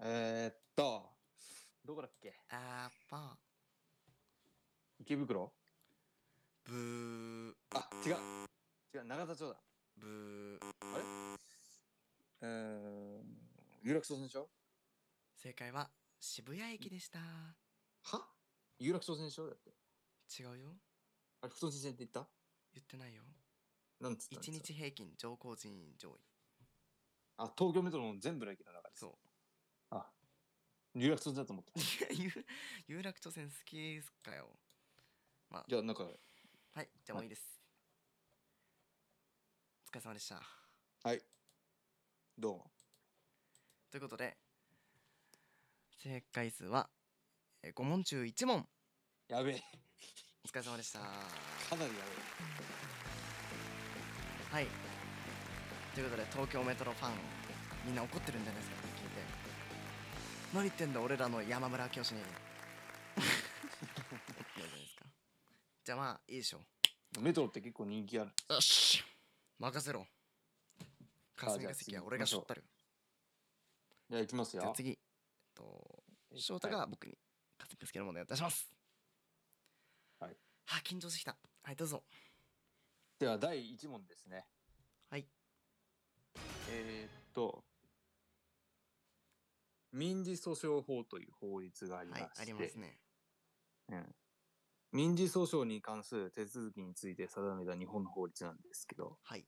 S5: えー、っと、どこだっけ
S2: あーやっぱ
S5: 池袋
S2: ブー
S5: あ、違う。違う、長田町だ。
S2: ブー
S5: うーん、有楽町線でしょ
S2: 正解は渋谷駅でした
S5: は有楽町線でしょだって。
S2: 違うよ
S5: あれ、不動線って言った
S2: 言ってないよ
S5: なんつったんです
S2: 1
S5: か
S2: 日平均乗降人員上位
S5: あ、東京メトロの全部の駅の中で
S2: *laughs*
S5: す。
S2: そう
S5: あ、有楽町線だと思った。
S2: いや有有楽町線好きですかよ
S5: *laughs* じゃあ、なんか、
S2: はいじゃあもういいですお疲れ様でした
S5: はい。どうも。
S2: ということで正解数はえー5問中1問
S5: やべえ。
S2: お疲れ様でしたは
S5: かなりや
S2: いということで東京メトロファンみんな怒ってるんじゃないですかこれ聞いて何言ってんだ俺らの山村教師 *laughs* に怒ってるじゃないですかじゃあまあいいでしょ
S5: べえ。メトロって結構人気ある。
S2: うよし任せろ霞が関は俺がしょったる
S5: じゃあ、行きます
S2: じゃあ
S5: よ。
S2: 次、えっと、
S5: え
S2: 翔太
S5: は
S2: が
S5: い
S2: 僕に霞が関の問題を出します。
S5: はい
S2: あ、緊張してきた。はい、どうぞ。
S5: では第1問ですね
S2: はい
S5: えー、っと民事訴訟法という法律がありま
S2: は
S5: し
S2: い、
S5: て、
S2: ありますね。
S5: うん民事訴訟に関する手続きについて定めた日本の法律なんですけど、
S2: はい。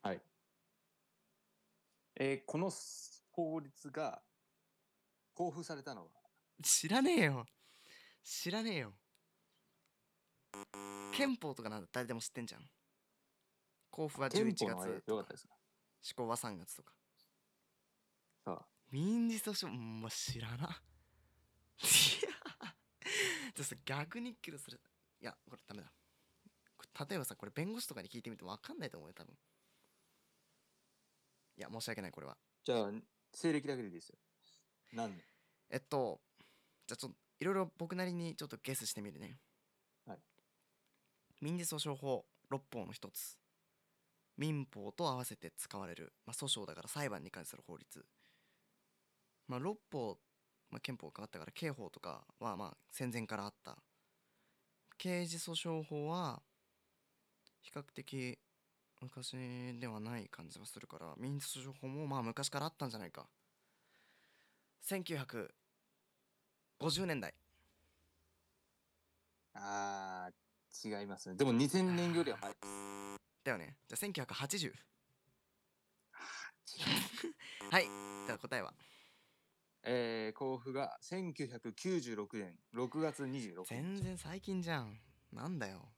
S5: はいえーこの法律が公布されたのは
S2: 知らねえよ。知らねえよ。憲法とかなんだ誰でも知ってんじゃん。交付は11
S5: 憲法のあれ
S2: 月
S5: よかったですか
S2: 施行は3月とか。
S5: さあ
S2: 民事訴訟、うんまあ、知らな。いや、ちょっと逆にけどそれ。いや、これダメだ。これ例えばさ、これ弁護士とかに聞いてみても分かんないと思うよ、多分。いや、申し訳ない、これは。
S5: じゃあ西暦だけでいいですよ何年
S2: えっと、じゃあちょっと、いろいろ僕なりにちょっとゲスしてみるね。
S5: はい。
S2: 民事訴訟法6法の一つ。民法と合わせて使われる、まあ、訴訟だから裁判に関する法律。まあ、6法、まあ、憲法変わったから刑法とかはまあ戦前からあった。刑事訴訟法は比較的昔ではない感じはするから民族情報もまあ昔からあったんじゃないか1950年代
S5: あー、違いますね。でも2000年よりは前。
S2: だよねじゃあ1980はいじゃあ答えは
S5: えー、甲府が1996年6月26
S2: 全
S5: 日。
S2: 然最近じゃんなんだよ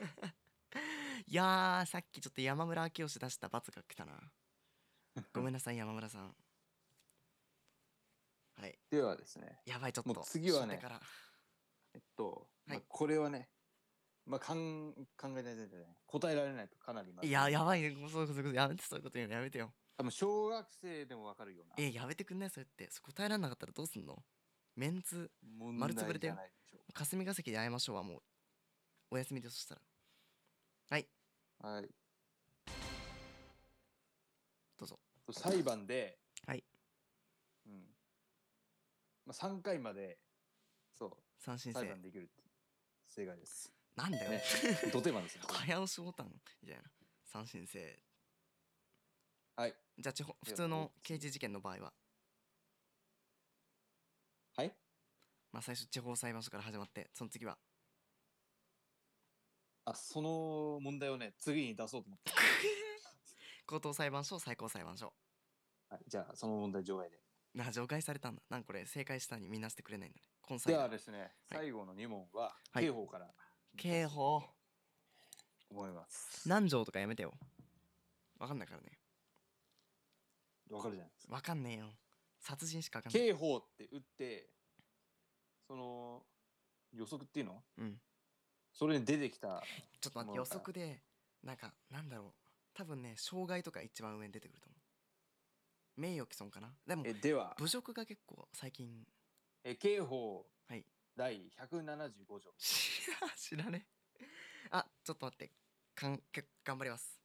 S2: *laughs* いやーさっきちょっと山村明義出した罰が来たなごめんなさい山村さんはい
S5: ではですね、
S2: やばいちょっと
S5: もう次はね
S2: 初手から
S5: えっと、
S2: はい
S5: まあ、これはね、まあ、かん考えられないとね、答えられないとかなりまず
S2: いややばいねそういうことやめてそういうこと言うのやめてよ
S5: 多分小学生でもわかるような
S2: えやめてくんないそれってそ答えられなかったらどうすんのメンツ
S5: 問
S2: 丸つぶれだ
S5: 題じ
S2: よ
S5: ゃないでしょう
S2: 霞が関で会いましょうはもうお休みでそしたら
S5: か。はい。
S2: どうぞ
S5: 裁判で、
S2: はい。
S5: うん。まあ、3回まで、そ
S2: 三
S5: う、
S2: 振制
S5: 裁判できるって。正解です。
S2: なんだよ、 *laughs*
S5: ねドテマですよ。これ
S2: 早押しボタンみたいな三振制
S5: はい。
S2: じゃあ地方
S5: い
S2: 普
S5: や
S2: 通の
S5: そう
S2: 刑事事件の場合は
S5: はい
S2: まあ最初地方裁判所から始まってその次は
S5: あ、その問題をね、次に出そうと思って。
S2: 高等裁判所最高裁判所
S5: はい。じゃあ、その問題上映で。
S2: なあ除外されたんだなんかこれ正解したにみんなしてくれないんだね今
S5: で
S2: 裁
S5: は
S2: 判
S5: ですね、最後の2問は、
S2: はい
S5: 刑法から
S2: 刑法
S5: 思います。
S2: 何条とかやめてよわかんないからね
S5: わかるじゃないですか。
S2: わかんねえよ殺人しかわかんない
S5: 刑法って打って、その、予測っていうの
S2: うん
S5: それに出てき
S2: *laughs*
S5: た、
S2: ちょっと待っ
S5: も
S2: て
S5: う
S2: 予測でなんかなんだろう多分ね障害とか一番上に出てくると思う名誉毀損かなでも
S5: え、では、
S2: 侮辱が結構最近
S5: え刑法
S2: はい
S5: 第175条
S2: 知らねえあちょっと待ってかんけ頑張ります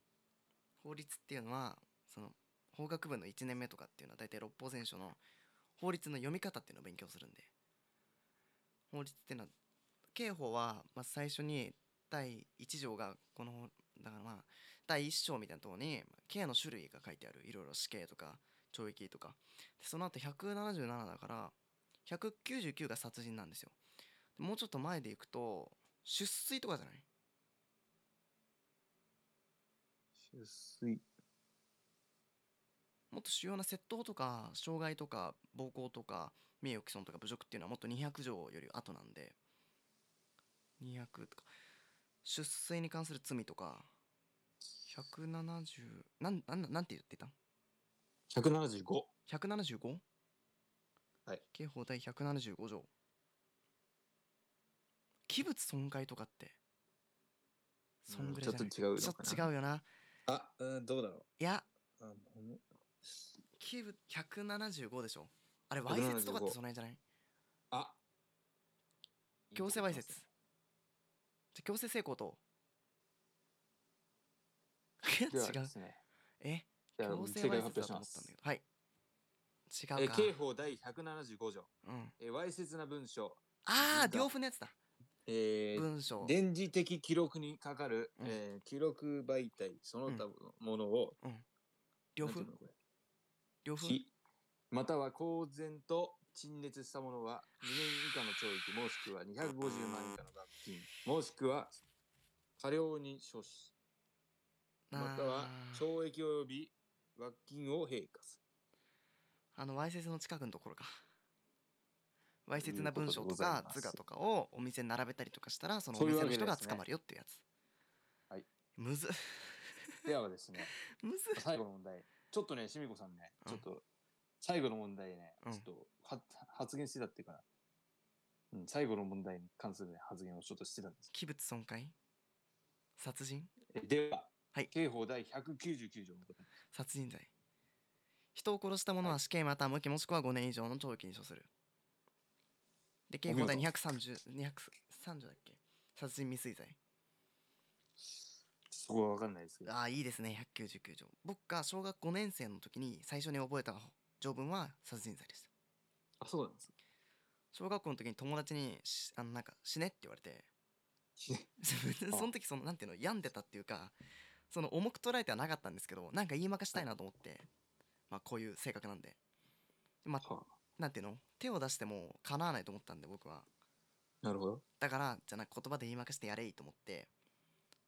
S2: 法律っていうのはその法学部の1年目とかっていうのは大体六法全書の法律の読み方っていうのを勉強するんで法律っていうのは刑法はまず最初に第1条がこのだからまあ第1章みたいなところに刑の種類が書いてあるいろいろ死刑とか懲役とかでその後177だから199が殺人なんですよでもうちょっと前でいくと出水とかじゃない
S5: 出水
S2: もっと主要な窃盗とか傷害とか暴行とか名誉毀損とか侮辱っていうのはもっと200条より後なんで200とか出水に関する罪とか170なんなんなんて言ってた
S5: 175
S2: 175?
S5: はい
S2: 刑法第175条器物損壊とかってそんぐらいじゃない、
S5: うんちょっと違うのかな
S2: ちょっと違うよな
S5: あうんどうだろ
S2: いや
S5: うあほんま
S2: キブ175でしょあれわいせつとかって
S5: 175
S2: その辺じゃない
S5: あ
S2: 強制わいせつじゃあ強制性交と *laughs* いや
S5: では
S2: 違
S5: で
S2: う
S5: すね
S2: え
S5: じゃあ
S2: 強制
S5: 正
S2: わ
S5: 解
S2: い
S5: 発
S2: せつ
S5: 表
S2: だ
S5: し
S2: と
S5: ま
S2: 思ったん
S5: す
S2: だけどはい
S5: え
S2: 違う
S5: ー
S2: か、
S5: 刑法第175条
S2: うん、
S5: えーわいせつな文書
S2: ああ
S5: 文化
S2: 両夫のやつだ
S5: えー
S2: 文章
S5: 電磁的記録にかかる、
S2: うん
S5: えー記録媒体その他のものを、
S2: 両
S5: なん
S2: 夫
S5: ていうのこれ
S2: 両夫
S5: 非または公然と陳列したものは2年以下の懲役もしくは250万円以下の罰金もしくは過料に処しまたは
S2: あー
S5: 懲役及び罰金を陛下す
S2: あのわいせつの近くのところかわいせつな文章と
S5: ということでござい
S2: か
S5: ます
S2: 図画とかをお店に並べたりとかしたらそのお
S5: そういう
S2: 店
S5: わ
S2: の
S5: け
S2: 人が
S5: です
S2: 捕
S5: ね
S2: まるよっていうやつ
S5: はい
S2: むず
S5: る。ではですね、
S2: むず
S5: 最後の問題。ちょっとね、しみこさんね、
S2: うん
S5: ちょっと、最後の問題ね、
S2: うん
S5: ちょっとは発言してたっていうか、うん、最後の問題に関する、ね、発言をちょっとしてたんです。
S2: 器物損壊殺人
S5: えでは、
S2: はい
S5: 刑法第199条のこと
S2: 殺人罪人を殺した者は死刑または無期もしくは5年以上の懲役に処するで刑法第
S5: お見事
S2: 230230だっけ殺人未遂罪
S5: そこは分かんないですけど、
S2: ああいいですね199条僕が小学5年生の時に最初に覚えた条文は殺人罪でした
S5: あ、そうなんですか。
S2: 小学校の時に友達にしあのなんか死ねって言われて
S5: 死ね
S2: *laughs* その時そのなんていうの病んでたっていうかその重く捉えてはなかったんですけどなんか言いまかしたいなと思って、まあ、こういう性格なんで、まあ、
S5: は
S2: なんていうの手を出しても叶わないと思ったんで僕は
S5: あ、 *laughs* なるほど。
S2: だからじゃなく言葉で言いまかしてやれいと思って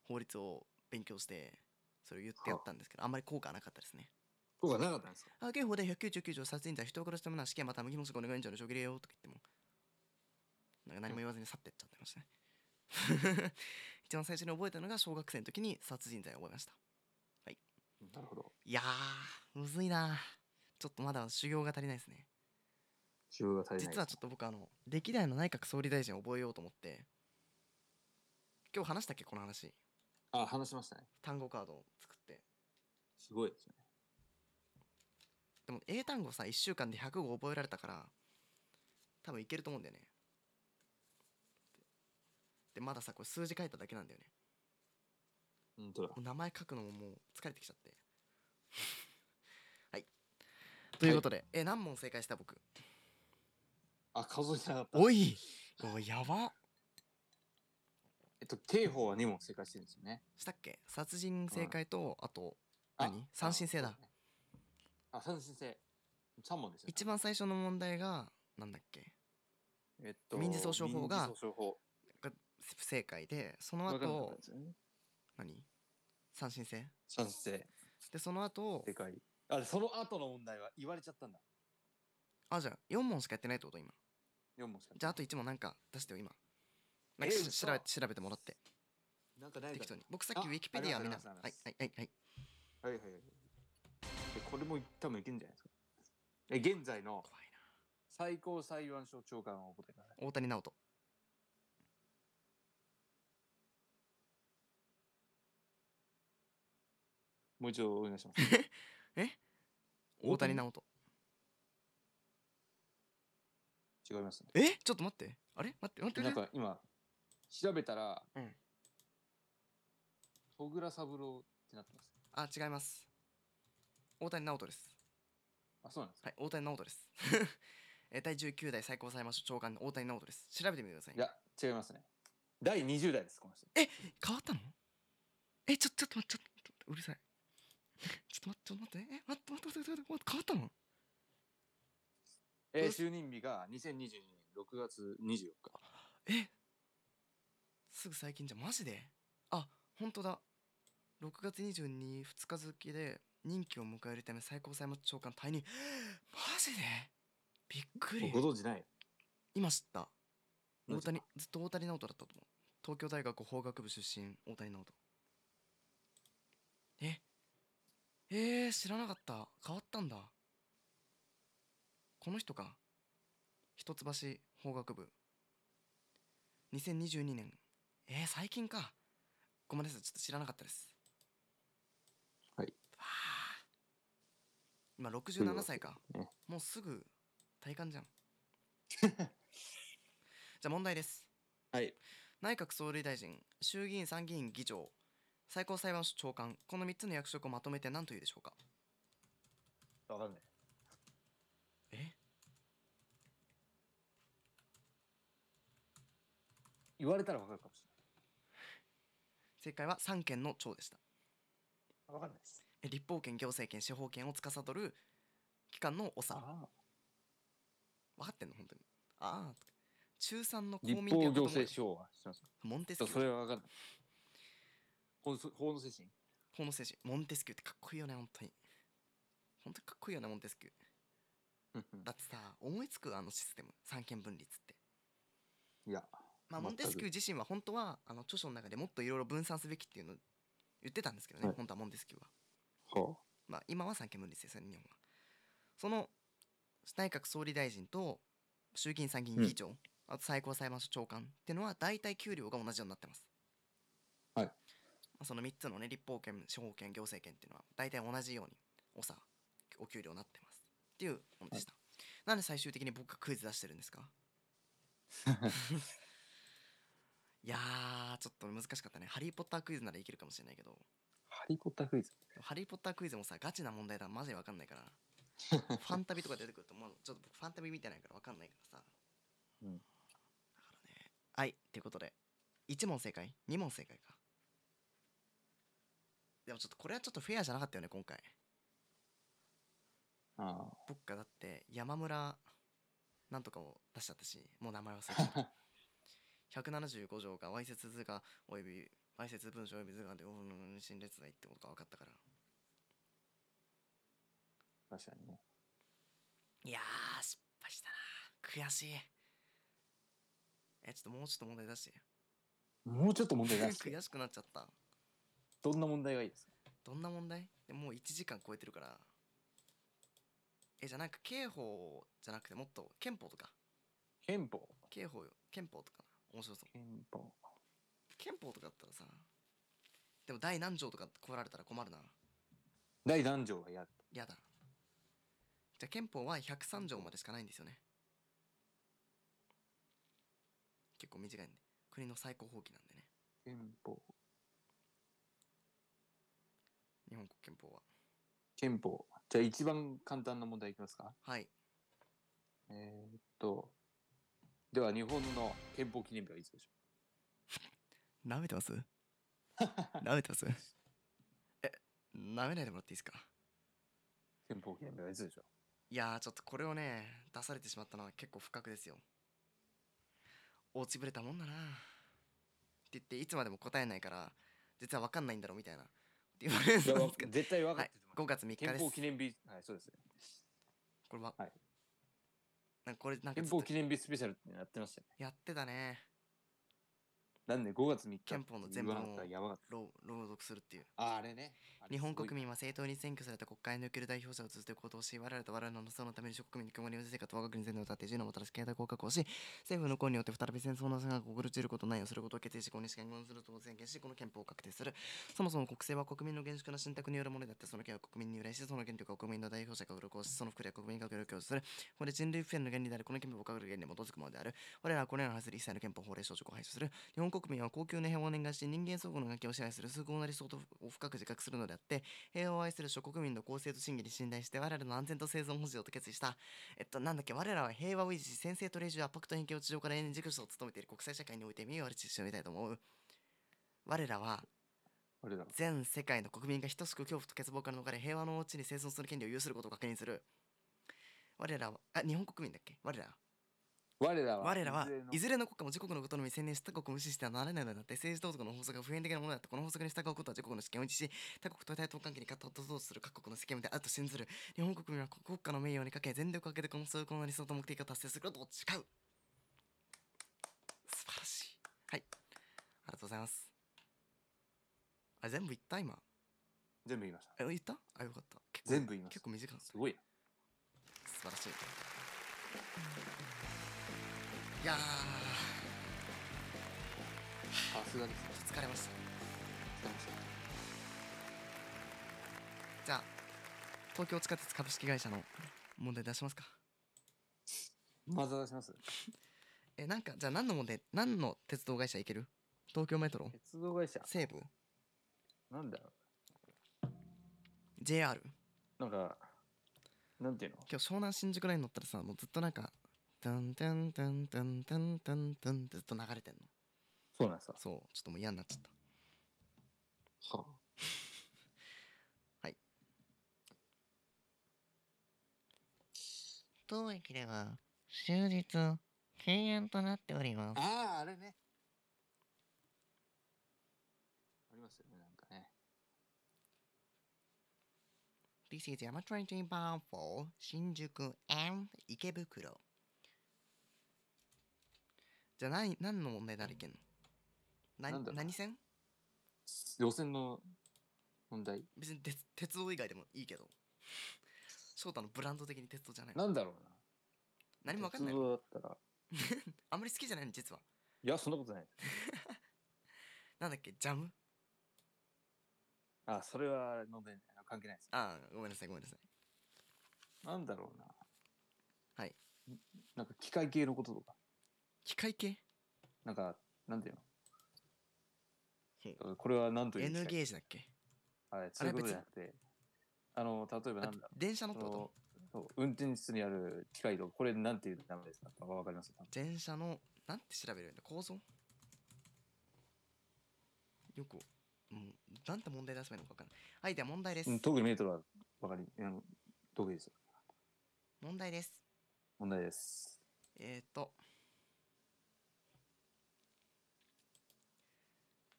S2: 法律を勉強してそれを言ってやったんですけどあんまり効果はなかったですね
S5: 効果なかったんですか
S2: あ刑法で199条殺人罪人を殺した者は死刑または無期の職お願いんじゃの処刑よとか言ってもなんか何も言わずに去ってっちゃってました *laughs* ね一番最初に覚えたのが小学生の時に殺人罪を覚えました
S5: なるほど。
S2: いやーむずいなちょっとまだ修行が足りないですね
S5: 修行が足りない。
S2: 実はちょっと僕あの歴代の内閣総理大臣を覚えようと思って今日話したっけこの話
S5: あ、話しましたね。
S2: 単語カードを作って
S5: すごいですね。
S2: でも英単語さ1週間で100語覚えられたから多分いけると思うんだよねでまださこれ数字書いただけなんだよね
S5: 本当だ
S2: も。う名前書くのももう疲れてきちゃってはいということで、え何問正解した僕
S5: あ、数えてなかった。
S2: おいおいやば
S5: えっと、刑法は2問正解してるんですよね。
S2: したっけ殺人正解とあと
S5: あ
S2: 何三進制だ。
S5: あ、三進制。3問ですよね。
S2: 一番最初の問題がなんだっけ
S5: えっと、
S2: 民事訴訟法が
S5: 民事訴訟法。
S2: 不正解でその
S5: わかんなかっ
S2: 後
S5: たですよね
S2: 何三進制
S5: 三進制。
S2: でその後
S5: でかい。あ、でその後の問題は言われちゃったんだ。
S2: あじゃあ4問しかやってないってこと今
S5: 4問しか。
S2: じゃああと1問なんか出してよ今なんかし
S5: え嘘
S2: 調べ調べてもらって
S5: なんかない
S2: 適
S5: か
S2: 当に僕さっき
S5: あ
S2: ウィキペディア
S5: あ
S2: 見
S5: り
S2: な
S5: ま
S2: は
S5: すありますありま
S2: い
S5: す
S2: はいはいはい
S5: はいはいはい。でこれも多分いけんじゃないですか。え、現在の
S2: 怖い
S5: 最高裁判所長官をお答えください。
S2: な大谷直人
S5: もう一度お願いします。
S2: 大
S5: 大
S2: 谷
S5: 谷
S2: 直人
S5: 違いますね。
S2: えちょっと待ってあれ待って待って
S5: なん
S2: 待って
S5: か今、調べたら、
S2: うん
S5: 小倉三郎ってなってます。
S2: あ違います大谷直人です
S5: あ、そうなんですか。
S2: はい大谷直人です *laughs* え第19代最高裁判所長官の大谷直人です調べてみてください
S5: いや、違いますね。第20代です、この人。
S2: 変わったのえちょちょっと待ってちょっとちょっとうるさい *laughs* ちょっと待ってちょっと待ってえ待って待って待って待って待って変わったの
S5: え
S2: ど
S5: ー
S2: うし
S5: 就任日が2022年6月24日。
S2: えすぐ最近じゃんマジであ本当だ6月22日2日付で任期を迎えるため最高裁判所長官退任マジでびっくり
S5: ご存知ない
S2: 今知った
S5: マ
S2: 大
S5: ジか
S2: 谷ずっと大谷直人だったと思う東京大学法学部出身大谷直人ええー、知らなかった変わったんだこの人か一橋法学部2022年えー、最近かごめんなさいちょっと知らなかったです
S5: はい
S2: わあ今67歳か、
S5: ね
S2: もうすぐ体感じゃん *laughs* じゃあ問題です
S5: はい。
S2: 内閣総理大臣衆議院参議院議長最高裁判所長官この3つの役職をまとめて何というでしょうか
S5: わかんない。
S2: え
S5: 言われたらわかるかもしれ
S2: 正解は三権の長でした
S5: ない。わかんないです。
S2: え立法権行政権司法権を司る機関の長
S5: ああ。
S2: 分かってんの本当にああ中3の公
S5: 立
S2: 民
S5: 法
S2: 権
S5: 行
S2: を整え
S5: 政
S2: る
S5: 司法はします。
S2: モンテス
S5: そ
S2: キ
S5: う
S2: ュ
S5: そ
S2: ー
S5: れはわかんない。法の法の精神
S2: 法の精神モンテスキューってかっこいいよね本当に本当にかっこいいよねモンテスキューだってさ思いつくあのシステム三権分立って
S5: いや。
S2: まあ、モ
S5: 全
S2: ン
S5: く
S2: テスキュー自身は本当はあの著書の中でもっといろいろ分散すべきっていうのを言ってたんですけどね、
S5: はい
S2: 本当はモンテスキューは、
S5: は
S2: まあ、今は三権分立ですよね日本はその内閣総理大臣と衆議院参議院議長、あと最高裁判所長官っていうのは大体給料が同じようになってます
S5: はい
S2: まあ、その3つのね立法権司法権行政権っていうのは大体同じようにおさお給料になってますっていうものでした、なんで最終的に僕がクイズ出してるんですか
S5: *laughs*
S2: いやーちょっと難しかったね「ハリー・ポッター」クイズならいけるかもしれないけど
S5: ハリーポッタークイズ。
S2: ハリー・ポッタークイズもさ、ガチな問題だ、マジでわかんない
S5: *laughs*
S2: から。ファンタビとか出てくると、もうちょっと僕ファンタビ見てないからわかんないからさ。
S5: うん
S2: だからね。はい、ということで、1問正解、2問正解か。でもちょっとこれはちょっとフェアじゃなかったよね今回
S5: あ
S2: 僕がだって山村なんとかを出しちゃったしもう名前忘れちゃ
S5: *laughs*
S2: った175条がわいせつ図がおよびわいせつ文章および図がでうん陳列罪ってことが分かったから
S5: あ、確かにね。
S2: いやー失敗したな悔しいえちょっともうちょっと問題出して
S5: もうちょっと問題出 *laughs* して、
S2: 悔しくなっちゃった
S5: どんな問題がいいですか
S2: どんな問題でもう1時間超えてるからえじゃあなんか刑法じゃなくてもっと憲法とか
S5: 憲法。
S2: 刑法よ憲法とか面白そう
S5: 憲法。
S2: 憲法とかだったらさでも第何条とかって来られたら困るな
S5: 第何条はや
S2: やだじゃあ憲法は103条までしかないんですよね結構短いんで国の最高法規なんでね
S5: 憲法。
S2: 日本国憲法は
S5: 憲法。じゃあ一番簡単な問題いきますか
S2: はい
S5: えーっと、では日本の憲法記念日はいつでしょ
S2: 舐めてます *laughs* 舐めてますえ舐めないでもらっていいですか
S5: う憲法記念日はいつでしょう
S2: いやーちょっとこれをね出されてしまったのは結構不覚ですよ落ちぶれたもんだなって言っていつまでも答えないから実は分かんないんだろうみたいなって言われるん
S5: いやわ
S2: ですけど
S5: 絶対分か
S2: は
S5: っ
S2: い
S5: てると
S2: 5
S5: 思
S2: 月3日で
S5: う
S2: す
S5: 憲法記念日、はい、そうですね。
S2: これは、
S5: はい
S2: なんかこれなんか
S5: 憲
S2: ずっ
S5: 法
S2: と
S5: 記念日スペシャルってやってましたよね。
S2: やってたね
S5: なんで5月3日
S2: 憲法の全文を
S5: 言わなかったらやばかっ
S2: 朗朗読するっていう
S5: た。ああれね。あれ
S2: 日本
S5: すごい
S2: 国民は正当に選挙された国会における代表者を通じて行動し、我々と我々のそのために諸国民に共に生活を我が国全土を立って自由のもたらし経済効果をし、政府の行によって再び戦争の戦が心地ることないをすることを決定し、こに試験をすると宣言し、この憲法を確定する。そもそも国政は国民の厳粛な信託によるものであって、その権は国民に由来し、その権力は国民の代表者が努力をし、その福利は国民が努力をする。これ人類普遍の原理である、この憲法を掲げる原理に基づくものである。我らはこれらの外れ一切の憲法法令諸条を排除する。日本国民は高級の平和を念願し、人間相互の関係を支配する崇高な理想とを深く自覚するのであって、平和を愛する諸国民の公正と信義に信頼して我らの安全と生存保持をと決意したえっとなんだっけ我らは平和を維持し先制と礼儀や悪と偏見を地上から永遠に軸所を務めている国際社会において身をある知識を得たいと思う我らは
S5: 俺らは
S2: 全世界の国民が等しく恐怖と欠乏から逃れ平和のうちに生存する権利を有することを確認する我らはあ日本国民だっけ我らは
S5: 我らは
S2: 我らはい
S5: ずれの
S2: いずれの国家も自国のことのみ専念した国を無視してはならないのだって政治道徳の法則が普遍的なものだってこの法則に従うことは自国の主権を維持し他国と対等関係に勝ったとする各国の責務であると信ずる日本国民は国家の名誉にかけ全力をかけてこの崇高な理想と目的を達成することを誓う素晴らしいはいありがとうございますあ全部言った今
S5: 全部言いました。
S2: え言ったあよかった結構
S5: 全部言いました
S2: 結構短かった
S5: すごいな。
S2: 素晴らしいいやー
S5: さすがです。
S2: ちょっと疲れました
S5: さすがです
S2: じゃあ東京地下鉄株式会社の問題出しますか
S5: まず出します。
S2: えなんかじゃあ何の問題何の鉄道会社行ける東京メトロ
S5: 鉄道会社。
S2: 西武
S5: なんだろ
S2: JR
S5: う。なんか、なんていうの
S2: 今日湘南新宿ライン乗ったらさもうずっとなんかタンタンタンタンタンタンタンってずっと流れてんの
S5: そうなんですか。
S2: そうちょっともう嫌になっちゃった
S5: は
S1: 当駅では終日禁煙となっております。
S5: ああ、あれね。ありますよね、なんかね。
S1: This is Yamatrain t Bound for 新宿 and 池袋。
S2: じゃあ何何の問題ならいけんのな
S5: なんだろうな
S2: 何線
S5: 予選の問題。
S2: 別に鉄鉄道以外でもいいけど翔太のブランド的に鉄道じゃないの
S5: なんだろうな。
S2: 何も分かんない
S5: 鉄
S2: の
S5: 道だったら。
S2: あんまり好きじゃないの実はい
S5: や、そんなことない。
S2: なんだっけジャム
S5: あ、それは飲んでない。関係ないです。
S2: ああごめんなさいごめんなさい
S5: なんだろうな。
S2: はい。
S5: なんか機械系のこととか。
S2: 機械系
S5: なんか、なんていう
S2: へい
S5: のこれは何という
S2: N
S5: 機械
S2: ゲージだっけ
S5: はい、そういうことじゃなくて、あの、例えば
S2: あ
S5: なんだ
S2: 電車の
S5: そ
S2: ってこと
S5: のそう運転室にある機械と、これなんていう名前ですかわかりますか
S2: 電車のなんて調べるんだ構造よくもうなんて問題出せばいいのか分かんないはいでは問題です、
S5: うん、特にメートルは分かり、うん、得意ですよ。
S2: 問題です
S5: 問題です。
S2: えっ、ー、と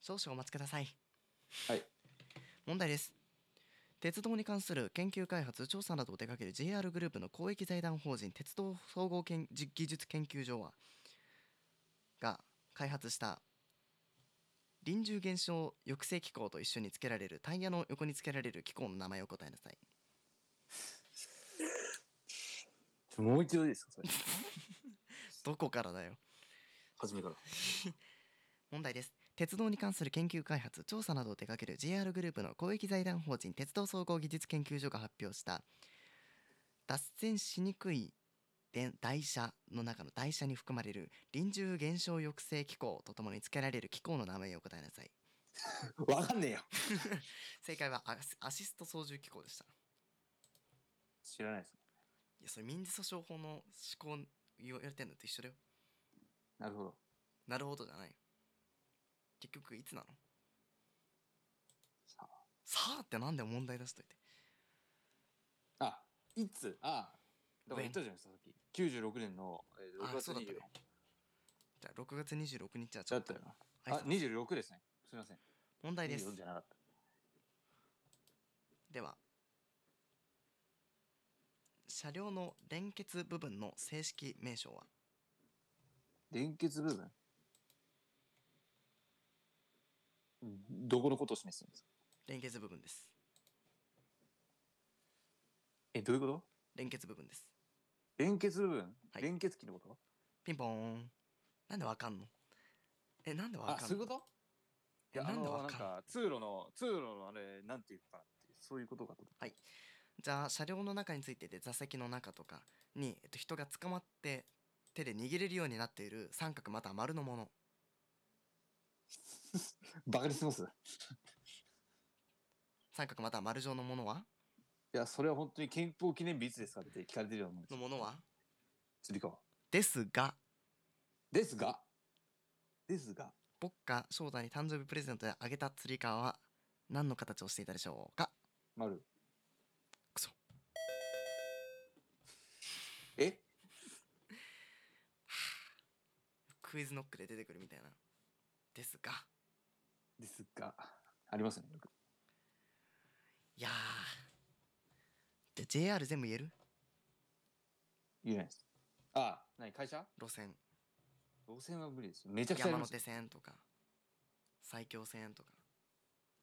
S2: 少々お待ちください
S5: はい
S2: 問題です鉄道に関する研究開発調査などを手掛ける JR グループの公益財団法人鉄道総合研技術研究所はが開発した臨終現象抑制機構と一緒につけられるタイヤの横につけられる機構の名前を答えなさい
S5: ちょもう一度いいですかそれ。
S2: どこからだよ
S5: 初めから。
S2: 問題です鉄道に関する研究開発調査などを手掛ける JR グループの公益財団法人鉄道総合技術研究所が発表した脱線しにくい電台車の中の台車に含まれる臨終減少抑制機構とともに付けられる機構の名前を答えなさい
S5: 分かんねえよ。
S2: 正解はアスアシスト操縦機構でした
S5: 知らないです。
S2: いやそれ民事訴訟法の施行言われてんのと一緒だよ
S5: なるほど。
S2: なるほどじゃない結局いつなの
S5: さ
S2: さあってなんで問題出しといて
S5: あ、あいつ、ああ、だから言ったじゃないですか、さっき。96年の、えー、6
S2: あ
S5: 月
S2: そうだった
S5: 24
S2: ねじゃあ6月26日はち
S5: だ
S2: ょ
S5: っ
S2: ったと
S5: よな。
S2: 挨
S5: あ、
S2: 拶
S5: 26ですね。すみません。
S2: 問題です
S5: 24じゃなかった。
S2: では車両の連結部分の正式名称は
S5: 連結部分どこのことを示すんですか
S2: 連結部分です
S5: え、どういうこと
S2: 連結部分です
S5: 連結部分、
S2: はい
S5: 連結器のこと
S2: ピンポーンなんでわかんのえなんでわかん
S5: あ、
S2: の
S5: そういうことい
S2: え
S5: や、あ
S2: なんで
S5: の、
S2: わ
S5: なん
S2: かんの
S5: か、通路の、通路のあれ、なんていうかっていう、そういうことかと。
S2: じゃあ車両の中についてて座席の中とかに、えっと、人が捕まって手で握れるようになっている三角または丸のもの
S5: バカにしてますい
S2: 三角または丸状のものは
S5: や、それは本当に憲法記念日いつですかって聞かれてるようなもんです
S2: の。ものは
S5: つり革。
S2: ですが
S5: ですが、ですが、
S2: 僕が翔太に誕生日プレゼントであげたつり革は何の形をしていたでしょうか
S5: 丸。
S2: くそ。
S5: え
S2: クイズノックで出てくるみたいなですが
S5: ですが、ありますね。よく
S2: いやーじゃあ JR 全部言える
S5: 言えないです。あ、何会社
S2: 路線
S5: 路線は無理ですよ。めちゃくちゃあり
S2: 山
S5: ます
S2: 手。線とか埼京線とか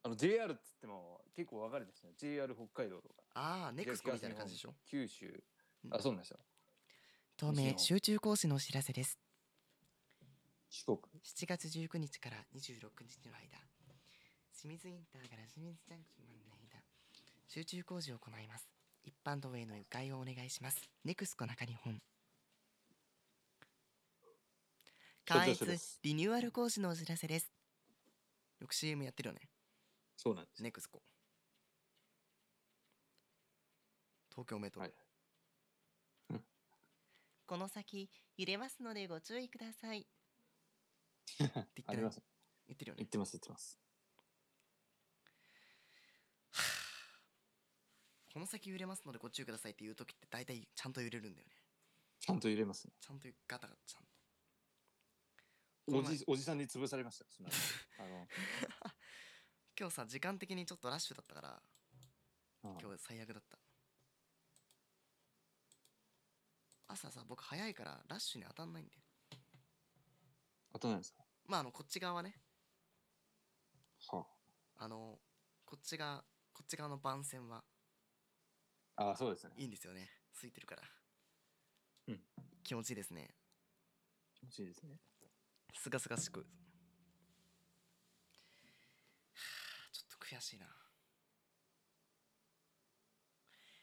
S5: あの JR っつっても結構分かれてますね。JR 北海道とか。
S2: ああネクスコみたいな感じでしょ
S5: 九州。
S2: うん
S5: あ、そうなんですよ。
S2: 当
S5: もちろ
S2: 面
S5: ん
S2: 集中講師のお知らせです
S5: 四国。
S2: 7月19日から26日の間清水インターから清水ジャンクションまでの間集中工事を行います一般道への迂回をお願いしますネクスコ中日本
S5: それ
S2: 関
S5: ではそれ
S2: 越
S5: です
S2: リニューアル工事のお知らせですよく CM やってるよね
S5: そうなんです。
S2: ネクスコ東京メトロ、
S5: はいうん
S2: この先揺れますのでご注意くだ
S5: *laughs*
S2: さいって言って
S5: あ
S2: ない
S5: ります。
S2: 言ってるよ
S5: 言
S2: ね
S5: ってます、言ってます。
S2: この先揺れますのでご注意くださいって言う時って大体ちゃんと揺れるんだよね
S5: ちゃんと揺れますね。
S2: ちゃんとガタガタちゃんとこの
S5: お
S2: 前
S5: じおじさんに潰されました。
S2: *laughs*
S5: その後あ
S2: 今日さ時間的にちょっとラッシュだったから
S5: の、うん
S2: 今日最悪だった朝さ僕早いからラッシュに当たんないんだよ
S5: あと何ですか
S2: まああのこっち側はね
S5: は
S2: あのこっちがこっち側の番線は
S5: あ、あそうですね。
S2: いいんですよね空いてるから、
S5: うん、
S2: 気持ちいいですね
S5: 気持ちいいですね。 *laughs*
S2: すがすがしくはあちょっと悔しいな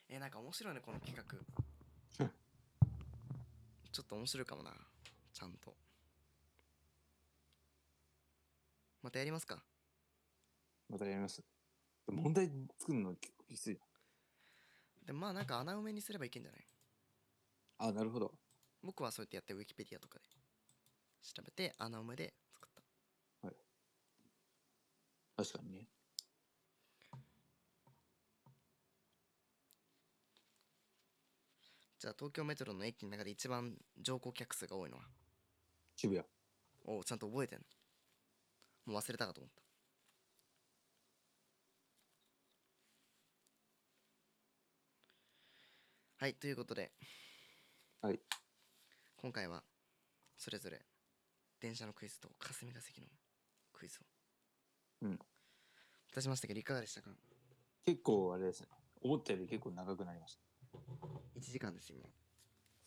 S2: えーなんか面白いねこの企
S5: う
S2: 画
S5: ん
S2: ちょっと面白いかもなちゃんとまたやりますか
S5: またやります。問題作るの結構きついな。
S2: でまあなんか穴埋めにすればいけんじゃない
S5: あ、なるほど。
S2: 僕はそうやってやってウィキペディアとかで調べて穴埋めで作った
S5: 確かにね。
S2: じゃあ東京メトロの駅の中で一番乗降客数が多いのは
S5: 渋谷。
S2: おうちゃんと覚えてんのもう忘れたかと思ったはいということで
S5: はい
S2: 今回はそれぞれ電車のクイズと霞が関のクイズを
S5: うん
S2: 出しましたけどいかがでしたか
S5: 結構あれですね。思ったより結構長くなりました。
S2: 1時間です今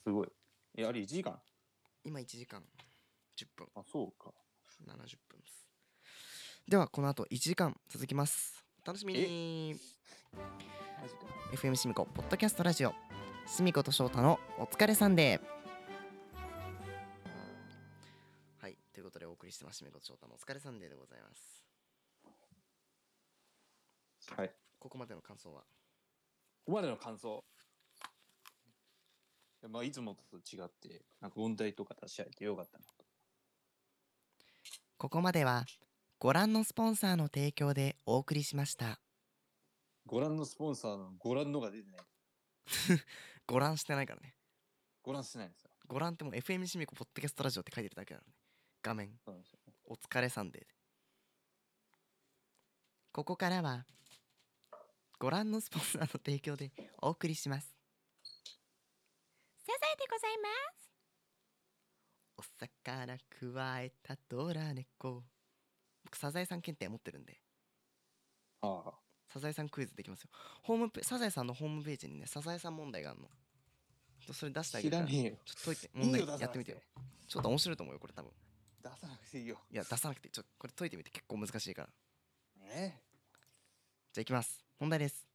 S5: すごい。え、あれ1時間
S2: 今1時間10分
S5: あ、そうか。
S2: 70分ですではこの後1時間続きますお楽しみに
S5: マジか。
S2: FM シミコポッドキャストラジオシミコと翔太のお疲れサンデーはいということでお送りしてますシミコと翔太のお疲れサンデーでございます
S5: はい。こ
S2: ここまでの感想は
S5: こまでの感想。いやまあ、いつもと違って、なんか問題とか出し合えてよかったなと。
S2: ここまではご覧のスポンサーの提供でお送りしました
S5: ご覧のスポンサーのご覧のが出てない。
S2: ご覧してないからね
S5: ご覧してないんですよ。
S2: ご覧ってもう FM シミコポッドキャストラジオって書いてるだけなのね画面
S5: そうなんですよね。
S2: お疲れサンデーでここからはご覧のスポンサーの提供でお送りしますサザエでございますお魚くわえたドラ猫僕サザエさん検定持ってるんで
S5: ああ。
S2: サザエさんクイズできますよホームペサザエさんのホームページにねサザエさん問題があるのちょっとそれ出してあげる
S5: 知
S2: からら
S5: ねえよ。
S2: ちょっと解いて
S5: いい
S2: 問
S5: よ
S2: 題
S5: 出さなくて
S2: やってみてよちょっと面白いと思うよこれ多分
S5: 出さなくていいよ。
S2: いや出さなくてちょっとこれ解いてみて結構難しいから
S5: ね
S2: じゃあいきます。問題です。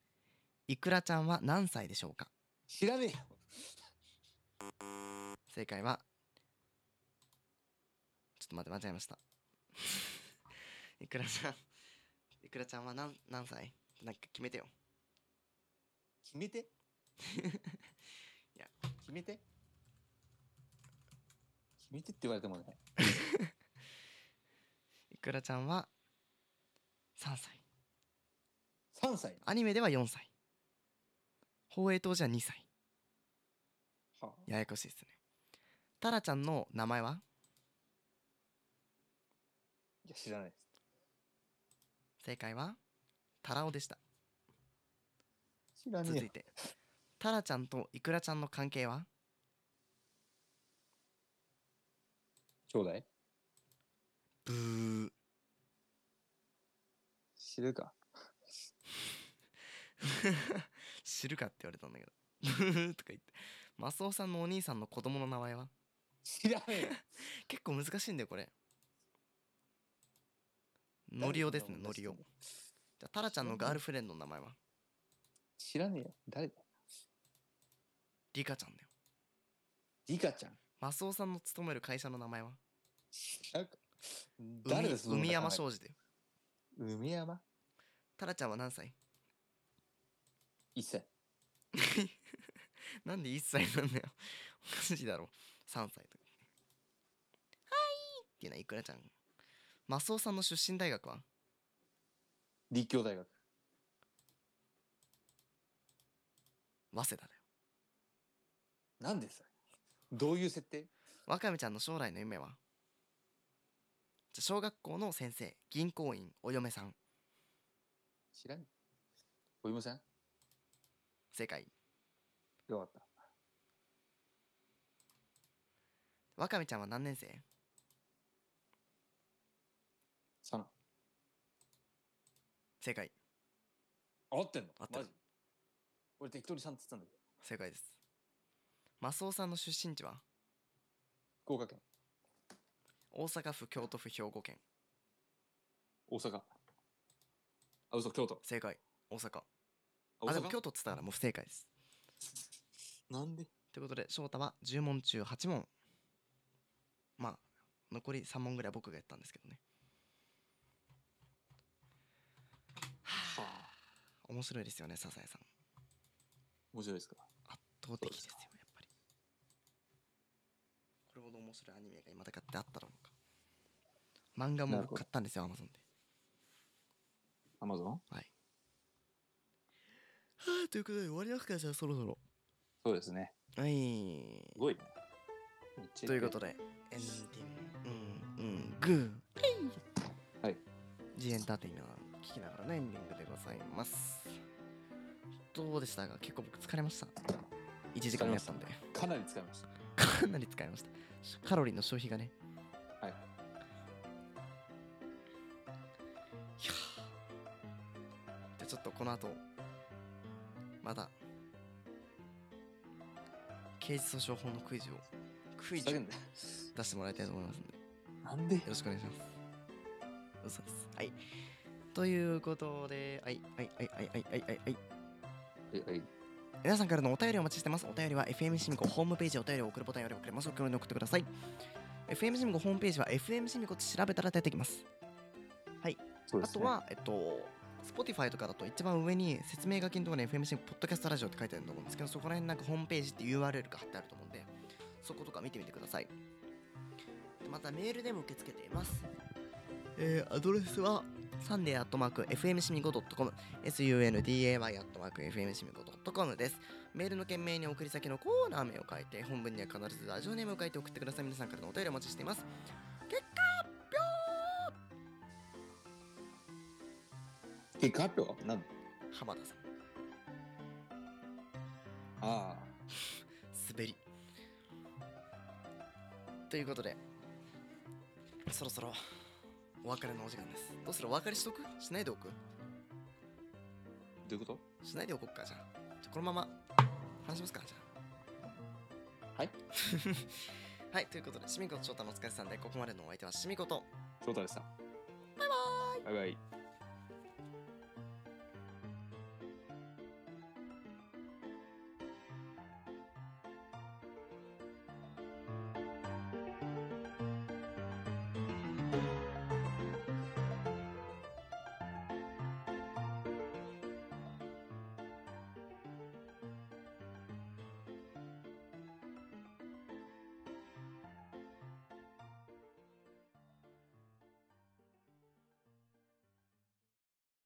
S2: いくらちゃんは何歳でしょうか
S5: 知らねえよ。
S2: 正解は、ちょっと待って、間違えました。 *laughs* いくらちゃん、いくらちゃんは何何歳なんか決めてよ。
S5: 決 *laughs* めて。いや、決めて。決めてって言われてもね。
S2: いくらちゃんは3歳。
S5: 3歳。
S2: アニメでは4歳。放映当時は2歳。
S5: はあ、
S2: ややこしいですね。タラちゃんの名前はい
S5: や、知らないです。
S2: 正解はタラオでした。
S5: 知ら
S2: 続い。て。タラちゃんとイクラちゃんの関係は
S5: 兄弟
S2: ブー。
S5: 知るか。
S2: *laughs* 知るかって言われたんだけど *laughs* 「ブー」とか言ってマスオさんのお兄さんの子供の名前は
S5: 知らねえよ。
S2: 結構難しいんだよこれ *laughs* ノリオですねノリオじゃあタラちゃんのガールフレンドの名前は
S5: 知らねえよ。誰だ
S2: リカちゃんだよ
S5: リカちゃん。
S2: マスオさんの勤める会社の名前は
S5: 知らんか誰
S2: 海
S5: です
S2: 海山商事だよ
S5: 海山
S2: タラちゃんは何歳
S5: ?1 歳。
S2: なんで1歳なんだよおかしいだろ3歳とかはいっていうのはいくらちゃんマスオさんの出身大学は
S5: 立教大学。
S2: 早稲田だよ
S5: なんでさ。どういう設定
S2: わかめちゃんの将来の夢はじゃあ小学校の先生銀行員お嫁さん
S5: 知らん。お芋さん
S2: 正解
S5: よかった。
S2: わかめちゃんは何年生
S5: サナ。
S2: 正解
S5: 合ってんの
S2: 合ってる
S5: マジ俺適当に3って言ったんだけど。
S2: 正解ですマスオさんの出身地は
S5: 福岡県、
S2: 大阪府京都府兵庫県
S5: 大阪。あ、嘘、京都。
S2: 正解大阪
S5: あ
S2: あ
S5: 大
S2: で
S5: 阪
S2: も京都っつったからもう不正解です
S5: なんで
S2: ということで翔太は10問中8問まあ残り3問ぐらい僕がやったんですけどね
S5: はあ、
S2: 面白いですよね笹谷さん
S5: 面白いですか
S2: 圧倒的ですよ
S5: そうですか
S2: やっぱりこれほど面白いアニメが今だかってあったのか漫画も
S5: なるほど
S2: 買ったんですよアマゾンで
S5: アマゾン
S2: はいということで終わりますかじゃあそろそろ
S5: そそうですね。
S2: はい
S5: すごいね。
S2: ということ
S5: で。
S2: でエンディングうんうんグー
S5: はい
S2: G エンターテイナー聞きながらのエンディングでございますどうでしたか結構僕疲れました1時間やったんで
S5: かなり使いました。
S2: かなり使いましたしカロリーの消費がね
S5: はい
S2: やーじゃあちょっとこの後まだ刑事訴訟法のクイズをクイズ
S5: ふざ
S2: を
S5: けんなよ
S2: 出してもらいたいと思いますんで
S5: なんで
S2: よろしくお願いします。嘘です。はい。ということで、はい、はい、はい、はい、はい、はい、はい、はい。
S5: えはい
S2: 皆さんからのお便りをお待ちしてます。お便りは FM シミコホームページお便りを送るボタンより送れます。ご協力送ってください。FM シミコホームページは FM シミコって調べたら出てきます。
S5: そうで
S2: あ
S5: す
S2: と
S5: ね
S2: は、えっと、Spotify とかだと一番上に説明書きのところに FM シミコポッドキャストラジオって書いてあると思うんですけど、そこら辺なんかホームページって URL が貼ってあると思うんで、そことか見てみてください。でまたメールでも受け付けています。えーアドレスはサンデーアットマーク FM シミコ .com sunday アットマーク FM シミコ .com です。メールの件名に送り先のコーナー名を書いて、本文には必ずラジオネームを書いて送ってください。皆さんからのお便りお待ちしています。結果
S5: 結果発表はなん
S2: 浜田さん、
S5: ああ。
S2: 滑り。ということで、そろそろお別れのお時間です。どうするお別れしとくしないでおく
S5: どういうこと
S2: しないでおこっか、じゃあ。じゃあこのまま話しますか、じゃあ。
S5: はい。
S2: はい、ということで、シミコと翔太のお疲れさんで、ここまでのお相手はシミコと。
S5: 翔太でした。バイバイ。バイバイ。